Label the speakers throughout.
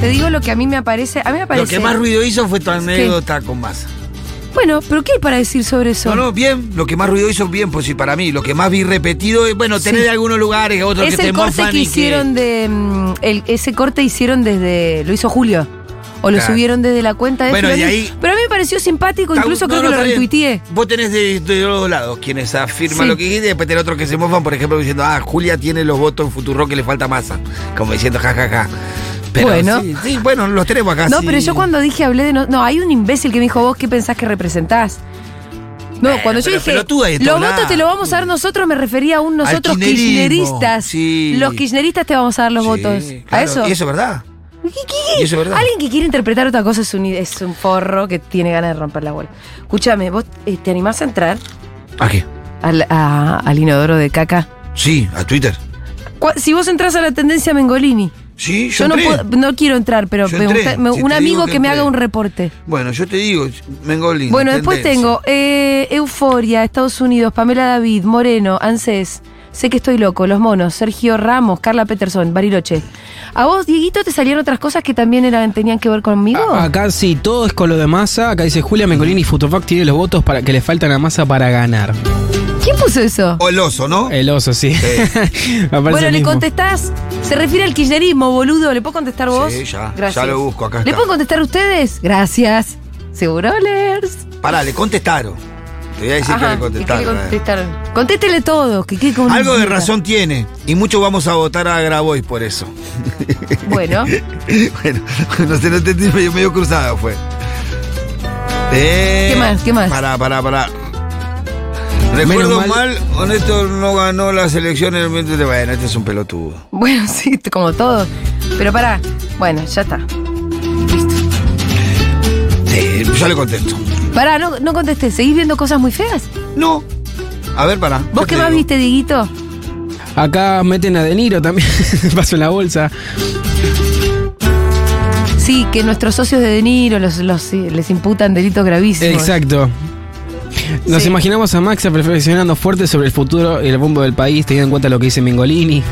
Speaker 1: Te digo lo que a mí me aparece. A mí me
Speaker 2: Lo
Speaker 1: aparece.
Speaker 2: que más ruido hizo fue tu anécdota con masa.
Speaker 1: Bueno, pero ¿qué hay para decir sobre eso?
Speaker 2: No, no, bien. Lo que más ruido hizo, bien, pues sí, para mí. Lo que más vi repetido es, bueno, tener
Speaker 1: Sí.
Speaker 2: algunos lugares, otros
Speaker 1: es
Speaker 2: que te
Speaker 1: el corte
Speaker 2: mofan
Speaker 1: que
Speaker 2: y
Speaker 1: hicieron de. mm, el- ese corte hicieron desde. Lo hizo Julio. O lo
Speaker 2: Claro.
Speaker 1: subieron desde la cuenta de
Speaker 2: Bueno, y
Speaker 1: Filoni.
Speaker 2: ahí-
Speaker 1: Pero a mí me pareció simpático,
Speaker 2: Está-
Speaker 1: incluso
Speaker 2: no,
Speaker 1: creo
Speaker 2: no,
Speaker 1: que lo
Speaker 2: está bien.
Speaker 1: retuiteé.
Speaker 2: Vos tenés de, de los lados quienes afirman
Speaker 1: Sí.
Speaker 2: lo que dijiste y después tenés otros que se mofan, por ejemplo, diciendo, ah, Julia tiene los votos en Futuro que le falta masa. Como diciendo, ja, ja, ja. Pero
Speaker 1: Bueno.
Speaker 2: Sí, sí, bueno, los tenemos acá.
Speaker 1: No,
Speaker 2: Ah, sí.
Speaker 1: pero yo cuando dije hablé de. No, no, hay un imbécil que me dijo, ¿vos qué pensás que representás? No,
Speaker 2: Bueno,
Speaker 1: cuando yo
Speaker 2: pero
Speaker 1: dije,
Speaker 2: pelotuda de
Speaker 1: los
Speaker 2: todos
Speaker 1: votos
Speaker 2: lados".
Speaker 1: te los vamos a dar nosotros, me refería a un
Speaker 2: Al
Speaker 1: nosotros
Speaker 2: kirchnerismo,
Speaker 1: kirchneristas.
Speaker 2: sí.
Speaker 1: Los kirchneristas te vamos a dar los
Speaker 2: Sí,
Speaker 1: votos. ¿A
Speaker 2: claro,
Speaker 1: eso?
Speaker 2: Y eso es verdad.
Speaker 1: ¿Qué- qué-
Speaker 2: Y eso es verdad.
Speaker 1: Alguien que quiere interpretar otra cosa es un, es un forro que tiene ganas de romper la bola. Escúchame, ¿vos eh, te animás a entrar
Speaker 2: ¿A qué?
Speaker 1: al, a- al inodoro de caca?
Speaker 2: Sí, a Twitter.
Speaker 1: Cu- Si vos entras a la tendencia Mengolini,
Speaker 2: Sí, yo,
Speaker 1: yo, no,
Speaker 2: entré.
Speaker 1: puedo- no quiero entrar, pero
Speaker 2: Yo
Speaker 1: me
Speaker 2: entré,
Speaker 1: gusta- me-
Speaker 2: si
Speaker 1: un
Speaker 2: te
Speaker 1: amigo
Speaker 2: digo
Speaker 1: que,
Speaker 2: que
Speaker 1: me haga
Speaker 2: entré.
Speaker 1: un reporte.
Speaker 2: Bueno, yo te digo, Mengolini.
Speaker 1: Bueno, después
Speaker 2: tendencia.
Speaker 1: tengo eh, Euforia, Estados Unidos, Pamela David, Moreno, ANSES, Sé que estoy loco, Los Monos, Sergio Ramos, Carla Peterson, Bariloche. ¿A vos, Dieguito, te salieron otras cosas que también eran, tenían que ver conmigo?
Speaker 3: A- Ah,
Speaker 2: Ah,
Speaker 3: Acá sí, todo es con lo de masa. Acá dice Julia Mengolini, Futurofact tiene los votos para que le faltan a masa para ganar.
Speaker 2: ah.
Speaker 1: ¿Quién puso eso?
Speaker 2: O el oso, ¿no?
Speaker 3: El oso, sí. Me parece
Speaker 1: Bueno,
Speaker 3: el
Speaker 1: le
Speaker 3: mismo.
Speaker 1: contestás. Se refiere al kirchnerismo, boludo. ¿Le puedo contestar vos?
Speaker 2: Sí, ya, ya lo busco, acá
Speaker 1: ¿Le
Speaker 2: está.
Speaker 1: puedo contestar a ustedes? Gracias. Segurolers.
Speaker 2: Pará, le contestaron. Te voy a decir que
Speaker 1: Ajá, ¿y
Speaker 2: le
Speaker 1: qué le
Speaker 2: contestaron. eh.
Speaker 1: contestaron? Contéstele todo. Que quede como una
Speaker 2: Algo de
Speaker 1: mierda.
Speaker 2: razón tiene. Y muchos vamos a votar a Grabois por eso.
Speaker 1: Bueno,
Speaker 2: bueno, no sé, no entendí, medio, medio cruzado fue. Eh,
Speaker 1: ¿Qué más? ¿Qué más?
Speaker 2: Pará, pará, pará. Recuerdo
Speaker 3: Menos mal-
Speaker 2: mal, honesto no ganó las elecciones. Bueno, este es un pelotudo.
Speaker 1: bueno, sí, como todo. Pero pará. Bueno, ya está. Listo.
Speaker 2: Eh, yo le contesto.
Speaker 1: Pará, no, no contesté. ¿Seguís viendo cosas muy feas?
Speaker 2: No. A ver, pará.
Speaker 1: ¿Vos
Speaker 2: ya
Speaker 1: qué
Speaker 2: te
Speaker 1: más
Speaker 2: digo.
Speaker 1: viste, Dieguito?
Speaker 3: Acá meten a De Niro también. Paso en la bolsa.
Speaker 1: Sí, que nuestros socios de De Niro los, los- les imputan delitos gravísimos.
Speaker 3: Exacto. Nos
Speaker 1: Sí.
Speaker 3: imaginamos a Maxa reflexionando fuerte sobre el futuro y el rumbo del país, teniendo en cuenta lo que dice Mengolini.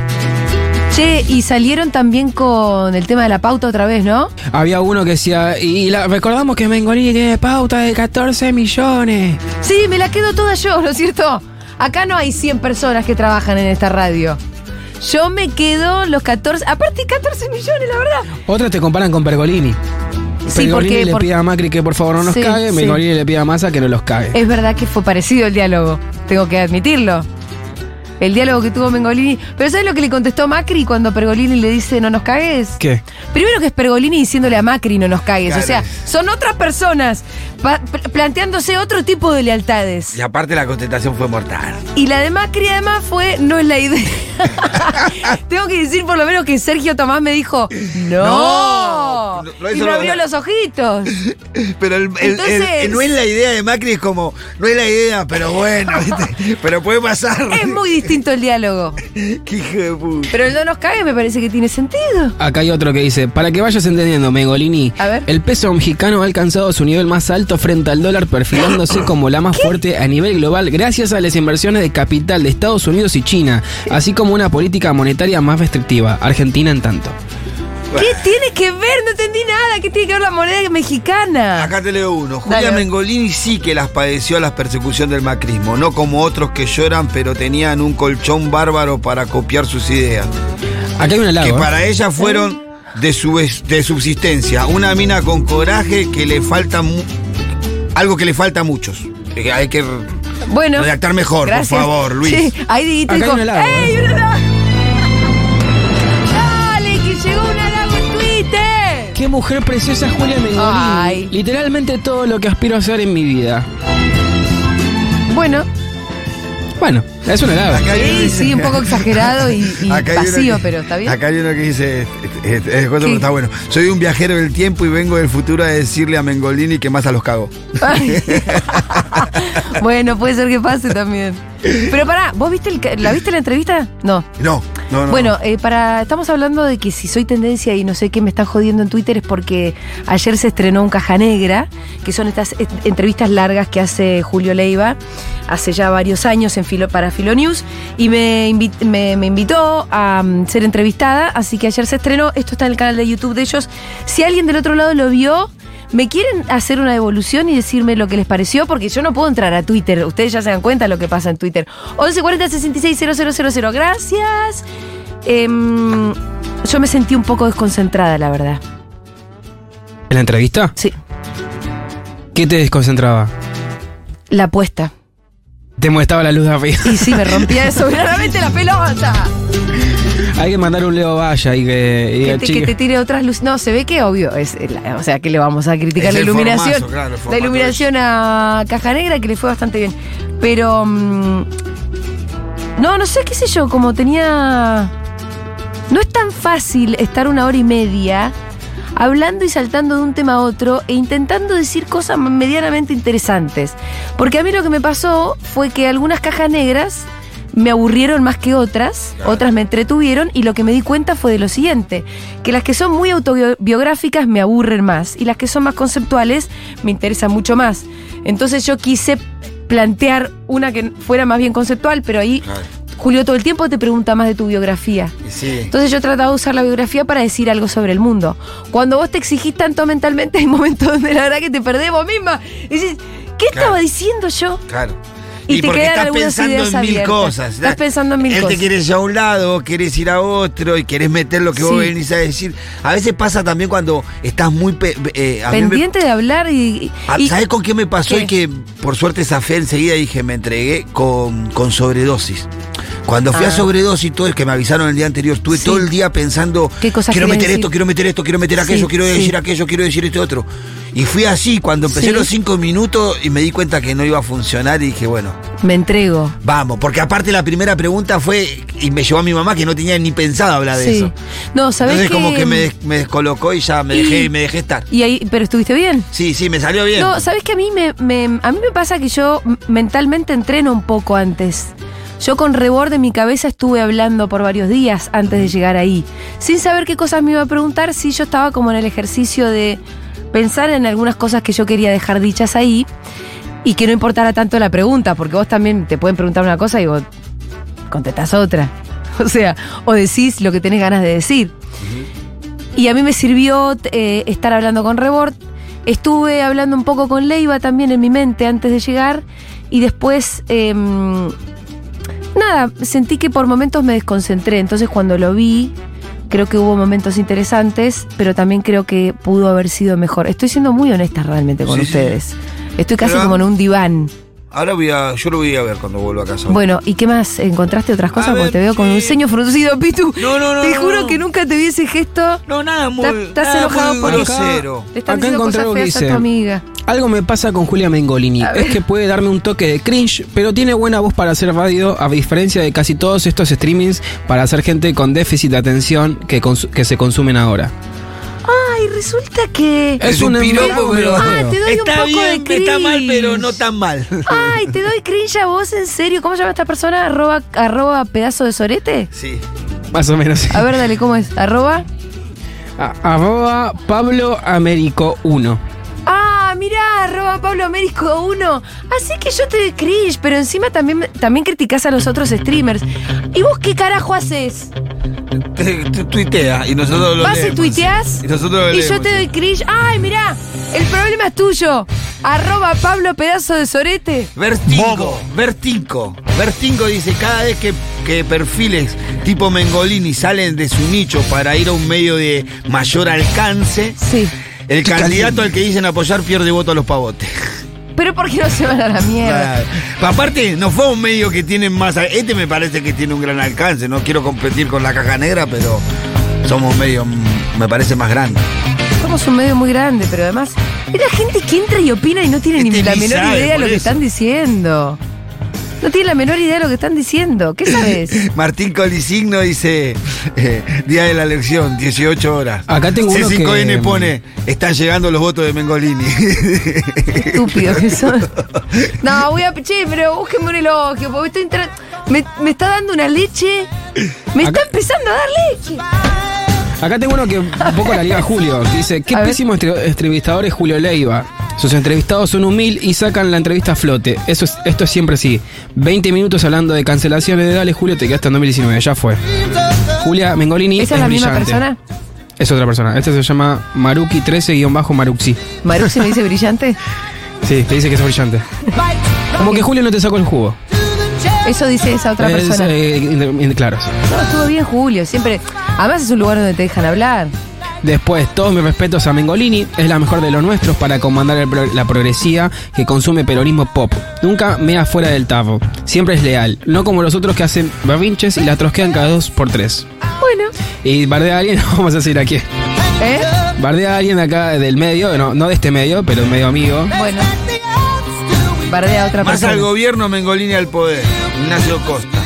Speaker 1: Che, y salieron también con el tema de la pauta otra vez, ¿no?
Speaker 3: Había uno que decía, y la- recordamos que Mengolini tiene pauta de 14 millones.
Speaker 1: Sí, me la quedo toda yo, ¿no es cierto? Acá no hay 100 personas que trabajan en esta radio. Yo me quedo los 14, aparte 14 millones, la verdad.
Speaker 3: Otros te comparan con Pergolini.
Speaker 1: Sí,
Speaker 3: Pergolini
Speaker 1: porque,
Speaker 3: le
Speaker 1: porque-
Speaker 3: pide a Macri que por favor no nos
Speaker 1: Sí,
Speaker 3: cague,
Speaker 1: sí. Eh,
Speaker 3: Mengolini le pide a Massa que no los cague.
Speaker 1: es verdad que fue parecido el diálogo, tengo que admitirlo. El diálogo que tuvo Mengolini. Pero ¿sabes lo que le contestó Macri cuando Pergolini le dice no nos cagues?
Speaker 3: ¿Qué?
Speaker 1: Primero que es Pergolini diciéndole a Macri no nos cagues.
Speaker 2: Claro.
Speaker 1: O sea, son otras personas pa- pl- planteándose otro tipo de lealtades.
Speaker 2: Y aparte la contestación fue mortal.
Speaker 1: Y la de Macri además fue, no es la idea. Tengo que decir por lo menos que Sergio Tomás me dijo, no.
Speaker 2: No, lo
Speaker 1: y
Speaker 2: hizo
Speaker 1: me
Speaker 2: lo-
Speaker 1: abrió los ojitos.
Speaker 2: Pero el, el- el-
Speaker 1: Entonces-
Speaker 2: no es la idea de Macri, es como, no es la idea, pero bueno, ¿viste? pero puede pasar.
Speaker 1: Es muy distinto el diálogo.
Speaker 2: Qué hijo de puta.
Speaker 1: Pero el no nos cague me parece que tiene sentido.
Speaker 3: Acá hay otro que dice, para que vayas entendiendo, Mengolini,
Speaker 1: A ver.
Speaker 3: el peso mexicano ha alcanzado su nivel más alto frente al dólar, perfilándose como la más fuerte a nivel global gracias a las inversiones de capital de Estados Unidos y China, así como una política monetaria más restrictiva, Argentina en tanto.
Speaker 1: ¿Qué tiene que ver? No entendí nada. ¿Qué tiene que ver la moneda mexicana?
Speaker 2: Acá te leo uno. Julia
Speaker 1: Dale.
Speaker 2: Mengolini sí que las padeció a las persecución del macrismo, no como otros que lloran pero tenían un colchón bárbaro para copiar sus ideas,
Speaker 3: Acá hay un
Speaker 2: que
Speaker 3: halago. ¿eh?
Speaker 2: para ella fueron de, su, de subsistencia, una mina con coraje que le falta mu- algo que le falta a muchos. Eh, Hay que
Speaker 1: Bueno.
Speaker 2: redactar mejor, por
Speaker 1: gracias.
Speaker 2: favor, Luis.
Speaker 1: Sí, ahí Dieguito
Speaker 3: Acá hay
Speaker 1: dijo,
Speaker 3: un halago,
Speaker 1: ¡Ey,
Speaker 3: ¿eh?
Speaker 1: un halago! ¡Dale, que llegó un halago en Twitter!
Speaker 3: Qué mujer preciosa Julia Mengolini.
Speaker 1: Ay.
Speaker 3: Literalmente todo lo que aspiro a hacer en mi vida.
Speaker 1: Bueno.
Speaker 3: Bueno, es un halago.
Speaker 2: Acá hay uno
Speaker 1: Sí,
Speaker 2: que-
Speaker 1: sí, un poco exagerado y, y
Speaker 2: Acá hay uno
Speaker 1: vacío,
Speaker 2: que-
Speaker 1: pero está bien.
Speaker 2: Acá hay uno que dice, este, este, este, otro
Speaker 1: ¿Qué?
Speaker 2: está bueno. Soy un viajero del tiempo y vengo del futuro a decirle a Mengolini que más a los cago.
Speaker 1: Ay. bueno, puede ser que pase también. Pero pará, ¿vos viste el ca- la viste la entrevista? No.
Speaker 2: No, No, no,
Speaker 1: bueno, eh, para estamos hablando de que si soy tendencia y no sé qué me están jodiendo en Twitter es porque ayer se estrenó un caja negra, que son estas est- entrevistas largas que hace Julio Leiva hace ya varios años en Filo, para Filonews y me, invi- me, me invitó a mm, ser entrevistada, así que ayer se estrenó, esto está en el canal de YouTube de ellos. Si alguien del otro lado lo vio, ¿Me quieren hacer una devolución y decirme lo que les pareció? Porque yo no puedo entrar a Twitter. Ustedes ya se dan cuenta de lo que pasa en Twitter. 1140 66 000. Gracias. Em, yo me sentí un poco desconcentrada, la verdad.
Speaker 3: ¿En la entrevista?
Speaker 1: Sí.
Speaker 3: ¿Qué te desconcentraba?
Speaker 1: La apuesta.
Speaker 3: Te molestaba la luz de arriba.
Speaker 1: Y sí, me rompía soberanamente la pelota.
Speaker 3: Hay que mandar un Leo Vaya y que. y diga,
Speaker 1: Que te, que
Speaker 3: "Chica".
Speaker 1: te tire otras luces. No, se ve que obvio. Es, la- o sea, que le vamos a criticar
Speaker 2: Es
Speaker 1: la
Speaker 2: el
Speaker 1: iluminación.
Speaker 2: formazo, claro, el
Speaker 1: la
Speaker 2: formato
Speaker 1: iluminación a Caja Negra, que le fue bastante bien. Pero. mm, no, no sé, qué sé yo, como tenía. No es tan fácil estar una hora y media hablando y saltando de un tema a otro e intentando decir cosas medianamente interesantes. Porque a mí lo que me pasó fue que algunas cajas negras me aburrieron más que otras, otras me entretuvieron y lo que me di cuenta fue de lo siguiente, que las que son muy autobiográficas me aburren más y las que son más conceptuales me interesan mucho más. Entonces yo quise plantear una que fuera más bien conceptual, pero ahí
Speaker 2: Claro.
Speaker 1: Julio todo el tiempo te pregunta más de tu biografía.
Speaker 2: Y Sí.
Speaker 1: Entonces yo trataba de usar la biografía para decir algo sobre el mundo. Cuando vos te exigís tanto mentalmente, hay momentos donde la verdad que te perdés vos misma. Y dices, ¿qué
Speaker 2: Claro.
Speaker 1: estaba diciendo yo?
Speaker 2: Claro.
Speaker 1: Y
Speaker 2: Y,
Speaker 1: te
Speaker 2: porque
Speaker 1: quedan
Speaker 2: estás
Speaker 1: algunas
Speaker 2: pensando en
Speaker 1: ideas
Speaker 2: mil
Speaker 1: abiertas.
Speaker 2: cosas.
Speaker 1: Estás pensando en mil
Speaker 2: Él
Speaker 1: cosas.
Speaker 2: te quiere ir a un lado, vos querés ir a otro y querés meter lo que vos
Speaker 1: Sí.
Speaker 2: venís a decir. A veces pasa también cuando estás muy... pe- eh, a mí me-
Speaker 1: Pendiente de hablar y...
Speaker 2: a-
Speaker 1: y-
Speaker 2: ¿Sabés Ah, con qué me pasó?
Speaker 1: ¿Qué?
Speaker 2: Y que por suerte zafé enseguida y dije, me entregué con, con sobredosis. Cuando fui
Speaker 1: Ah.
Speaker 2: a sobredosis, todo el que me avisaron el día anterior, estuve
Speaker 1: Sí.
Speaker 2: todo el día pensando,
Speaker 1: ¿Qué cosas
Speaker 2: quiero
Speaker 1: querías
Speaker 2: meter
Speaker 1: decir?
Speaker 2: esto, quiero meter esto, quiero meter
Speaker 1: Sí,
Speaker 2: aquello, quiero
Speaker 1: sí.
Speaker 2: decir aquello, quiero decir este otro. Y fui así, cuando empecé
Speaker 1: Sí.
Speaker 2: los cinco minutos y me di cuenta que no iba a funcionar y dije, bueno,
Speaker 1: me entrego.
Speaker 2: Vamos, porque aparte la primera pregunta fue, y me llevó a mi mamá que no tenía ni pensado hablar Ah, de
Speaker 1: Sí.
Speaker 2: eso.
Speaker 1: No, ¿sabés
Speaker 2: Entonces
Speaker 1: qué?
Speaker 2: como que me, des- me descolocó y ya me dejé,
Speaker 1: Y-
Speaker 2: me dejé estar.
Speaker 1: Y ahí, pero estuviste bien.
Speaker 2: Sí, sí, me salió bien.
Speaker 1: No, sabes que a mí me, me- a mí me pasa que yo m- mentalmente entreno un poco antes. Yo con reborde en mi cabeza estuve hablando por varios días antes de llegar ahí, sin saber qué cosas me iba a preguntar, si yo estaba como en el ejercicio de pensar en algunas cosas que yo quería dejar dichas ahí y que no importara tanto la pregunta, porque vos también te pueden preguntar una cosa y vos contestás otra. O sea, o decís lo que tenés ganas de decir. Y a mí me sirvió eh, estar hablando con Rebord. Estuve hablando un poco con Leiva también en mi mente antes de llegar. Y después, eh, nada, sentí que por momentos me desconcentré. Entonces cuando lo vi, creo que hubo momentos interesantes, pero también creo que pudo haber sido mejor. Estoy siendo muy honesta realmente Este, con
Speaker 2: Sí, sí.
Speaker 1: ustedes. Estoy casi
Speaker 2: Pero-
Speaker 1: como en un diván.
Speaker 2: Ahora voy a, yo lo voy a ver cuando vuelva a casa.
Speaker 1: Bueno, ¿y qué más? ¿Encontraste otras cosas? Porque
Speaker 2: ver,
Speaker 1: te veo con un
Speaker 2: sí.
Speaker 1: ceño fruncido, Pitu.
Speaker 2: No, no, no,
Speaker 1: Te
Speaker 2: no,
Speaker 1: juro
Speaker 2: no.
Speaker 1: que nunca te vi ese gesto.
Speaker 2: no, nada, muy,
Speaker 1: Estás- estás
Speaker 2: nada, muy
Speaker 1: enojado por-
Speaker 2: grosero.
Speaker 1: Te están
Speaker 3: Acá
Speaker 1: diciendo
Speaker 3: encontré
Speaker 1: cosas
Speaker 3: algo que
Speaker 1: feas a tu
Speaker 3: dice.
Speaker 1: amiga.
Speaker 3: Algo me pasa con Julia Mengolini. Es que puede darme un toque de cringe, pero tiene buena voz para hacer radio, a diferencia de casi todos estos streamings para hacer gente con déficit de atención que, cons- que se consumen ahora.
Speaker 1: Ay, resulta que.
Speaker 2: Es un piropo, pero-
Speaker 1: Ah, te doy un
Speaker 2: Está
Speaker 1: poco de
Speaker 2: bien,
Speaker 1: cringe.
Speaker 2: está mal, pero no tan mal.
Speaker 1: Ay, te doy cringe a vos, en serio. ¿Cómo se llama esta persona? Arroba, arroba pedazo de sorete.
Speaker 2: Sí.
Speaker 3: Más o menos.
Speaker 1: A ver, dale, ¿cómo es? Arroba.
Speaker 3: A- Arroba Pablo Américo 1.
Speaker 1: Ah, mirá, arroba Pablo Américo 1. Así que yo te doy cringe, pero encima también, también criticás a los otros streamers. ¿Y vos qué carajo haces?
Speaker 2: Te- Tú tuiteas y nosotros lo
Speaker 1: Vas y
Speaker 2: leemos.
Speaker 1: tuiteás
Speaker 2: Y nosotros lo
Speaker 1: y yo
Speaker 2: leemos.
Speaker 1: te doy cringe. Ay, mirá, el problema es tuyo. Arroba Pablo pedazo de sorete.
Speaker 2: Vertigo, Vertigo, Vertigo dice, cada vez que, que perfiles tipo Mengolini salen de su nicho para ir a un medio de mayor alcance,
Speaker 1: Sí.
Speaker 2: el candidato al que dicen apoyar pierde voto a los pavotes.
Speaker 1: Pero ¿por qué no se van a la mierda?
Speaker 2: Claro. Aparte, no fue un medio que tiene más... al- Este me parece que tiene un gran alcance, no quiero competir con la caja negra, pero somos un medio, mm, me parece, más grande.
Speaker 1: Somos un medio muy grande, pero además es la gente que entra y opina y no tiene ni
Speaker 2: Este
Speaker 1: la
Speaker 2: ni
Speaker 1: menor
Speaker 2: sabe,
Speaker 1: idea de
Speaker 2: por
Speaker 1: lo que
Speaker 2: eso.
Speaker 1: están diciendo. No tiene la menor idea de lo que están diciendo. ¿Qué sabes?
Speaker 2: Martín Colisigno dice, eh, día de la elección, 18 horas.
Speaker 3: Acá tengo uno
Speaker 2: C5N
Speaker 3: que- mm,
Speaker 2: pone, están llegando los votos de Mengolini.
Speaker 1: Estúpidos que son. No, voy a. Che, pero búsquenme un elogio, porque estoy entra- me, me está dando una leche. Me está
Speaker 3: Acá-
Speaker 1: empezando a dar leche.
Speaker 3: Acá tengo uno que un poco la liga Julio. que Dice, qué
Speaker 1: A ver.
Speaker 3: pésimo estre- entrevistador es Julio Leiva. Sus entrevistados son humil y sacan la entrevista a flote. Eso es, esto es siempre así. 20 minutos hablando de cancelaciones de Dale Julio, te quedaste en 2019, ya fue. Julia Mengolini
Speaker 1: ¿Esa es la misma
Speaker 3: brillante.
Speaker 1: persona?
Speaker 3: Es otra persona. Esta se llama Maruki13-Maruxi.
Speaker 1: Maru se me dice brillante.
Speaker 3: Sí, te dice que es brillante. Como que Julio no te sacó el jugo.
Speaker 1: Eso dice esa otra
Speaker 3: Es,
Speaker 1: persona.
Speaker 3: eh, in- in- claro. sí.
Speaker 1: No, estuvo bien Julio, siempre. Además es un lugar donde te dejan hablar.
Speaker 3: Después, todos mis respetos a Mengolini, es la mejor de los nuestros para comandar el pro- la progresía que consume peronismo pop. Nunca mea fuera del tavo, siempre es leal, no como los otros que hacen babinches y la trosquean cada dos por tres.
Speaker 1: Bueno,
Speaker 3: Y bardea a alguien, vamos a decir aquí.
Speaker 1: ¿eh?
Speaker 3: Bardea a alguien acá del medio, no, no de este medio, pero un medio amigo.
Speaker 1: Bueno. Bardea a otra
Speaker 2: Más
Speaker 1: persona.
Speaker 2: al gobierno, Mengolini al poder. Ignacio Costa.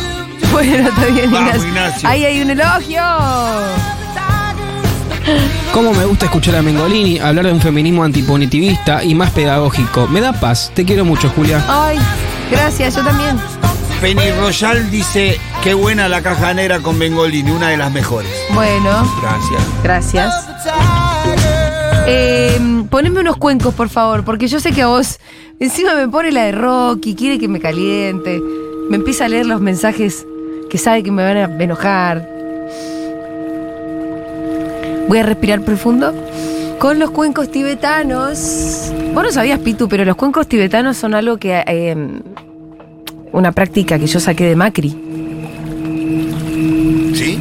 Speaker 1: Bueno, está bien,
Speaker 2: Vamos,
Speaker 1: Ignacio.
Speaker 2: Ignacio.
Speaker 1: Ahí hay un elogio.
Speaker 3: Cómo me gusta escuchar a Mengolini hablar de un feminismo antipunitivista y más pedagógico. Me da paz, te quiero mucho, Julia.
Speaker 1: Ay, gracias, yo también.
Speaker 2: Penny Royal dice, qué buena la caja negra con Mengolini, una de las mejores.
Speaker 1: Bueno,
Speaker 2: Gracias.
Speaker 1: gracias. Eh, poneme unos cuencos, por favor, porque yo sé que a vos encima me pone la de Rocky, quiere que me caliente, me empieza a leer los mensajes que sabe que me van a enojar. Voy a respirar profundo con los cuencos tibetanos. Vos no sabías, Pitu, pero los cuencos tibetanos son algo que... eh, una práctica que yo saqué de Macri.
Speaker 2: ¿Sí?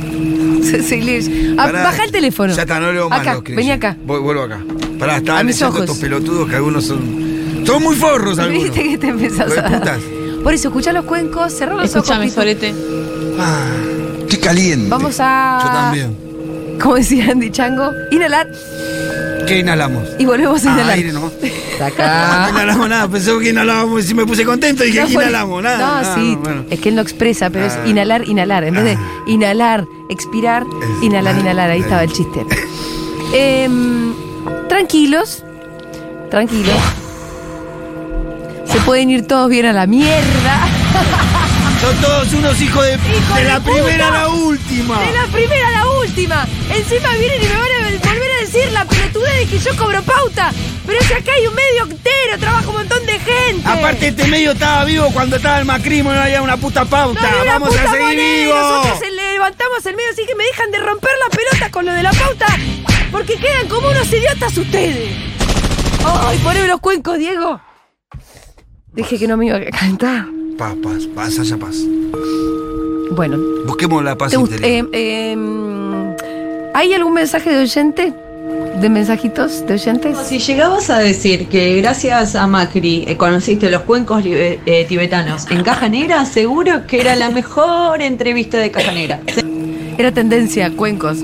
Speaker 1: Sí, Lish. Ah,
Speaker 2: Pará.
Speaker 1: Baja el teléfono.
Speaker 2: Ya está, no leo más.
Speaker 1: Acá,
Speaker 2: los que
Speaker 1: vení
Speaker 2: dicen.
Speaker 1: acá.
Speaker 2: Voy- vuelvo acá. Pará,
Speaker 1: A
Speaker 2: estaban
Speaker 1: mis
Speaker 2: echando
Speaker 1: ojos.
Speaker 2: estos pelotudos que algunos son... Son muy forros algunos.
Speaker 1: Viste que te empezás
Speaker 2: Hijo de
Speaker 1: a dar.
Speaker 2: putas.
Speaker 1: Por eso, escuchá los cuencos, cerrá los
Speaker 4: Escúchame,
Speaker 1: ojos. Pitu.
Speaker 4: Sorete.
Speaker 2: Ah, estoy caliente.
Speaker 1: Vamos a.
Speaker 2: Yo también.
Speaker 1: Como decía Andy Chango, inhalar
Speaker 2: ¿Qué inhalamos?
Speaker 1: y volvemos a
Speaker 2: Ah,
Speaker 1: inhalar.
Speaker 2: aire nomás. No
Speaker 1: Acá.
Speaker 2: inhalamos nada, pensé que inhalábamos y me puse contento y dije que
Speaker 1: fue-
Speaker 2: inhalamos, nada.
Speaker 1: No,
Speaker 2: nada,
Speaker 1: sí.
Speaker 2: bueno.
Speaker 1: Es que él lo expresa, pero
Speaker 2: Ah.
Speaker 1: es inhalar, inhalar. En vez de inhalar, expirar,
Speaker 2: Es-
Speaker 1: inhalar, inhalar. Ahí
Speaker 2: ahí.
Speaker 1: estaba el chiste. Em, tranquilos. Tranquilos. Se pueden ir todos bien a la mierda.
Speaker 2: Son todos unos hijos de,
Speaker 1: Hijo
Speaker 2: de
Speaker 1: de
Speaker 2: la
Speaker 1: puta.
Speaker 2: primera a la última.
Speaker 1: De la primera a la última. Encima vienen y me van a volver a decir la pelotuda de que yo cobro pauta. Pero si acá hay un medio entero, trabaja un montón de gente.
Speaker 2: Aparte, este medio estaba vivo cuando estaba el macrismo, no había una puta
Speaker 1: no
Speaker 2: pauta.
Speaker 1: hay una
Speaker 2: Vamos
Speaker 1: puta
Speaker 2: a seguir
Speaker 1: moneda.
Speaker 2: vivos.
Speaker 1: Nosotros le levantamos el medio, así que me dejan de romper la pelota con lo de la pauta. Porque quedan como unos idiotas ustedes. ¡Ay, poneme los cuencos, Diego! Dije que no me iba a cantar.
Speaker 2: Paz, paz, paz, haya paz.
Speaker 1: Bueno,
Speaker 2: Busquemos la paz
Speaker 1: ¿Te gust-
Speaker 2: interior.
Speaker 1: eh, eh, ¿Hay algún mensaje de oyente? ¿De mensajitos de oyentes?
Speaker 5: Si llegabas a decir que gracias a Macri eh, conociste los cuencos libe- eh, tibetanos en Caja Negra, seguro que era la mejor entrevista de Caja Negra.
Speaker 1: Era tendencia, cuencos.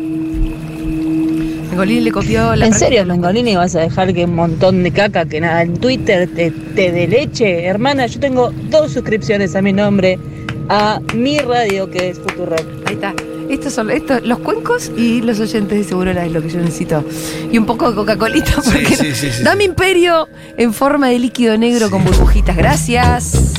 Speaker 1: Mengolini le copió la
Speaker 6: ¿En
Speaker 1: práctica
Speaker 6: serio,
Speaker 1: de los
Speaker 6: Mengolini, vas a dejar que un montón de caca que nada en Twitter te, te de leche? Hermana, yo tengo dos suscripciones a mi nombre, a mi radio que es Futuro.
Speaker 1: cuencos. Ahí está. Estos son esto- los cuencos y los oyentes de seguro era lo que yo necesito. Y un poco de Coca-Colita
Speaker 2: Sí,
Speaker 1: porque
Speaker 2: sí, sí, sí.
Speaker 1: dame imperio en forma de líquido negro con burbujitas. Gracias.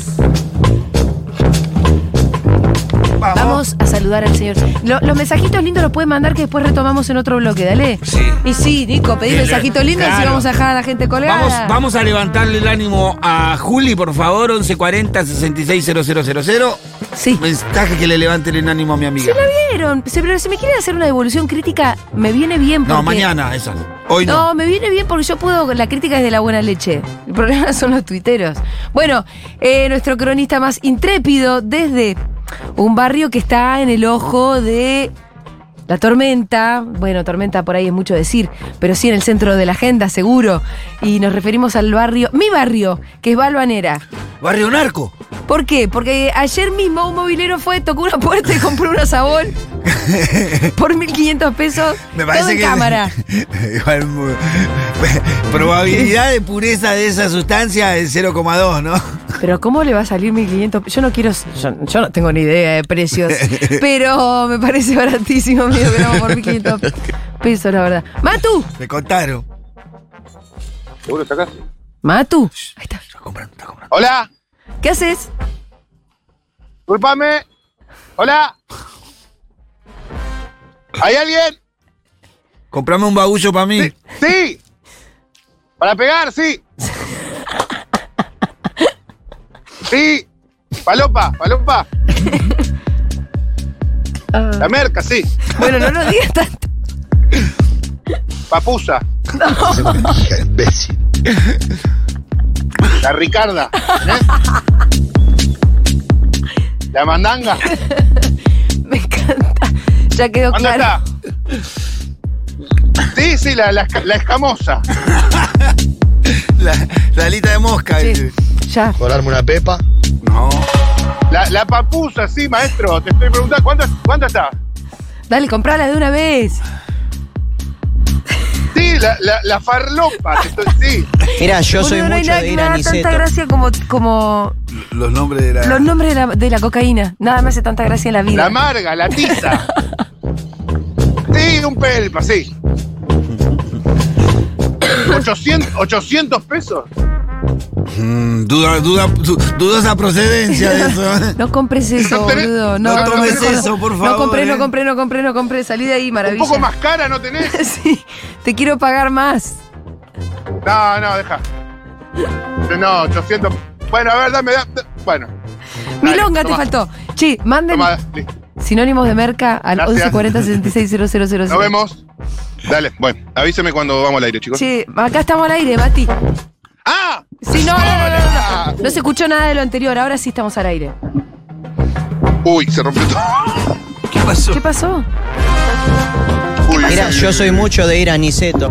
Speaker 1: Vamos a saludar al señor. Lo- los mensajitos lindos los pueden mandar que después retomamos en otro bloque, dale.
Speaker 2: Sí.
Speaker 1: Y sí, Nico, pedí
Speaker 2: Bien,
Speaker 1: mensajitos lindos y
Speaker 2: claro.
Speaker 1: vamos a dejar a la gente colgada.
Speaker 2: Vamos, vamos a levantarle el ánimo a Juli, por favor, 1140-660000.
Speaker 1: Sí.
Speaker 2: Mensaje que le levanten el ánimo a mi
Speaker 1: Se
Speaker 2: amiga.
Speaker 1: la vieron. Se, pero si me quieren hacer una devolución crítica, me viene bien porque.
Speaker 2: No, mañana, esa. Hoy no.
Speaker 1: No, me viene bien porque yo puedo. La crítica es de la buena leche. El problema son los tuiteros. Bueno, eh, nuestro cronista más intrépido desde un barrio que está en el ojo de la tormenta. Bueno, tormenta por ahí es mucho decir, pero sí en el centro de la agenda, seguro. Y nos referimos al barrio, mi barrio, que es Balvanera.
Speaker 2: Barrio Narco.
Speaker 1: ¿Por qué? Porque ayer mismo un mobilero fue, tocó una puerta y compró un sabón Por 1.500 pesos,
Speaker 2: Me
Speaker 1: todo
Speaker 2: parece
Speaker 1: en
Speaker 2: que.
Speaker 1: cámara.
Speaker 2: Igual, mu- probabilidad de pureza de esa sustancia es 0,2, ¿no?
Speaker 1: Pero ¿cómo le va a salir 1.500? pe- Yo no quiero... Yo, yo no tengo ni idea de precios. pero me parece baratísimo, medio gramo por 1.500 pesos, la verdad. ¡Matu!
Speaker 2: Me contaron.
Speaker 4: ¿Seguro está acá?
Speaker 1: ¡Matu! Ahí está.
Speaker 2: Está comprando, está comprando.
Speaker 4: ¡Hola!
Speaker 1: ¿Qué haces?
Speaker 4: ¡Disculpame! ¡Hola! ¿Hay alguien?
Speaker 2: Comprame un bagullo para mí.
Speaker 4: ¡Sí! ¡Para pegar, sí! ¡Sí! ¡Palopa, palopa! La merca, sí.
Speaker 1: Ah. Bueno, no lo digas tanto.
Speaker 4: Papusa.
Speaker 7: Imbécil.
Speaker 4: La Ricarda. ¿eh? La mandanga.
Speaker 1: Me encanta. Ya quedó
Speaker 4: ¿Dónde
Speaker 1: claro.
Speaker 4: está? Sí, sí, la, la esca- la escamosa.
Speaker 2: La, la alita de mosca.
Speaker 1: Sí.
Speaker 2: dice.
Speaker 1: Ya.
Speaker 7: Colarme una pepa.
Speaker 2: No.
Speaker 4: La, la papusa, sí, maestro. Te estoy preguntando, ¿cuánto, cuánto está?
Speaker 1: Dale, comprala de una vez.
Speaker 4: Sí, la, la, la farlopa. te estoy- sí.
Speaker 8: Mira, yo soy
Speaker 1: Boludo, no hay
Speaker 8: mucho
Speaker 1: nada
Speaker 8: de
Speaker 1: que
Speaker 8: ir
Speaker 1: me
Speaker 8: a
Speaker 1: haga tanta
Speaker 8: Niceto.
Speaker 1: gracia como, como
Speaker 2: Los nombres de la.
Speaker 1: los nombres de la, de la cocaína. Nada me hace tanta gracia en la vida.
Speaker 4: La amarga, la tiza. Sí, un pelpa, sí. 800, 800 pesos.
Speaker 2: Mm, duda, duda, du- dudosa procedencia de eso. ¿eh?
Speaker 1: No compres eso,
Speaker 4: No tenés-
Speaker 1: boludo.
Speaker 4: no tomes
Speaker 2: eso, por
Speaker 1: No
Speaker 2: favor,
Speaker 1: compré, no
Speaker 2: eh.
Speaker 1: compré, no compré, no compré. Salí de ahí,
Speaker 4: Un
Speaker 1: maravilla.
Speaker 4: poco más cara, ¿no tenés?
Speaker 1: sí, te quiero pagar más.
Speaker 4: No, Ah, no, deja. No, 800. Bueno, a ver, dame. da- da- bueno. Dale,
Speaker 1: Milonga te
Speaker 4: tomá,
Speaker 1: faltó. Che, manden
Speaker 4: tomá, listo.
Speaker 1: sinónimos de merca al
Speaker 4: Gracias.
Speaker 1: 1140 660000.
Speaker 4: Nos vemos. Dale, bueno, avíseme cuando vamos al aire, chicos.
Speaker 1: Che, acá estamos al aire, Mati.
Speaker 4: ¡Ah!
Speaker 1: Sí, no, no, no, no, no,
Speaker 4: Hola.
Speaker 1: no. No se escuchó nada de lo anterior, ahora sí estamos al aire.
Speaker 4: Uy, se rompió todo.
Speaker 2: ¿Qué pasó?
Speaker 1: ¿Qué pasó?
Speaker 4: Uy,
Speaker 8: Mira,
Speaker 4: uy,
Speaker 8: yo
Speaker 4: uy,
Speaker 8: soy
Speaker 4: uy.
Speaker 8: mucho de ir a Niceto.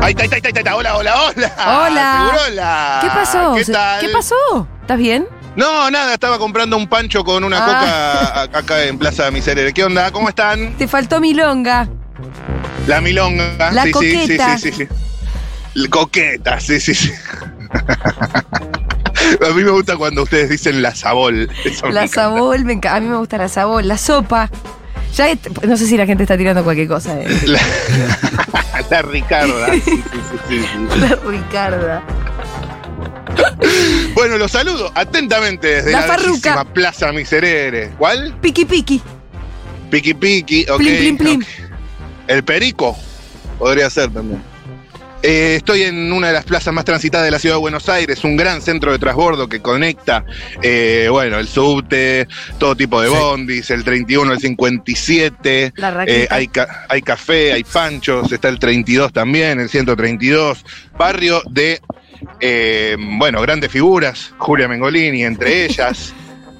Speaker 4: Ahí está, ahí está, ahí está, ahí está. Hola, hola, hola.
Speaker 1: Hola.
Speaker 4: Ah, Seguro, hola.
Speaker 1: ¿Qué pasó?
Speaker 4: ¿Qué tal?
Speaker 1: ¿Qué pasó? ¿Estás bien?
Speaker 4: No, nada, estaba comprando un pancho con una
Speaker 1: Ah.
Speaker 4: coca a- acá en Plaza Miserere. ¿Qué onda? ¿Cómo están?
Speaker 1: Te faltó milonga.
Speaker 4: La milonga.
Speaker 1: La
Speaker 4: sí,
Speaker 1: coqueta.
Speaker 4: Sí, sí, sí, sí, sí. La coqueta, sí, sí, sí. a mí me gusta cuando ustedes dicen la sabol. Eso Oh, me
Speaker 1: La
Speaker 4: encanta.
Speaker 1: sabol, me encanta. A mí me gusta la sabol, la sopa. Ya est- no sé si la gente está tirando cualquier cosa. eh.
Speaker 4: La, la Ricarda. Sí, sí, sí, sí, sí.
Speaker 1: La Ricarda.
Speaker 4: Bueno, los saludo atentamente desde
Speaker 1: La
Speaker 4: la,
Speaker 1: farruca.
Speaker 4: bellísima Plaza Miserere. ¿Cuál?
Speaker 1: Piqui piqui.
Speaker 4: Piqui piqui, ok.
Speaker 1: Plim, plim, plim.
Speaker 4: ok. El perico, podría ser también. Eh, estoy en una de las plazas más transitadas de la ciudad de Buenos Aires, un gran centro de transbordo que conecta, eh, bueno, el subte, todo tipo de bondis, el 31, el 57,
Speaker 1: La raqueta.
Speaker 4: eh, hay, ca- hay café, hay panchos, está el 32 también, el 132, barrio de, eh, bueno, grandes figuras, Julia Mengolini entre ellas,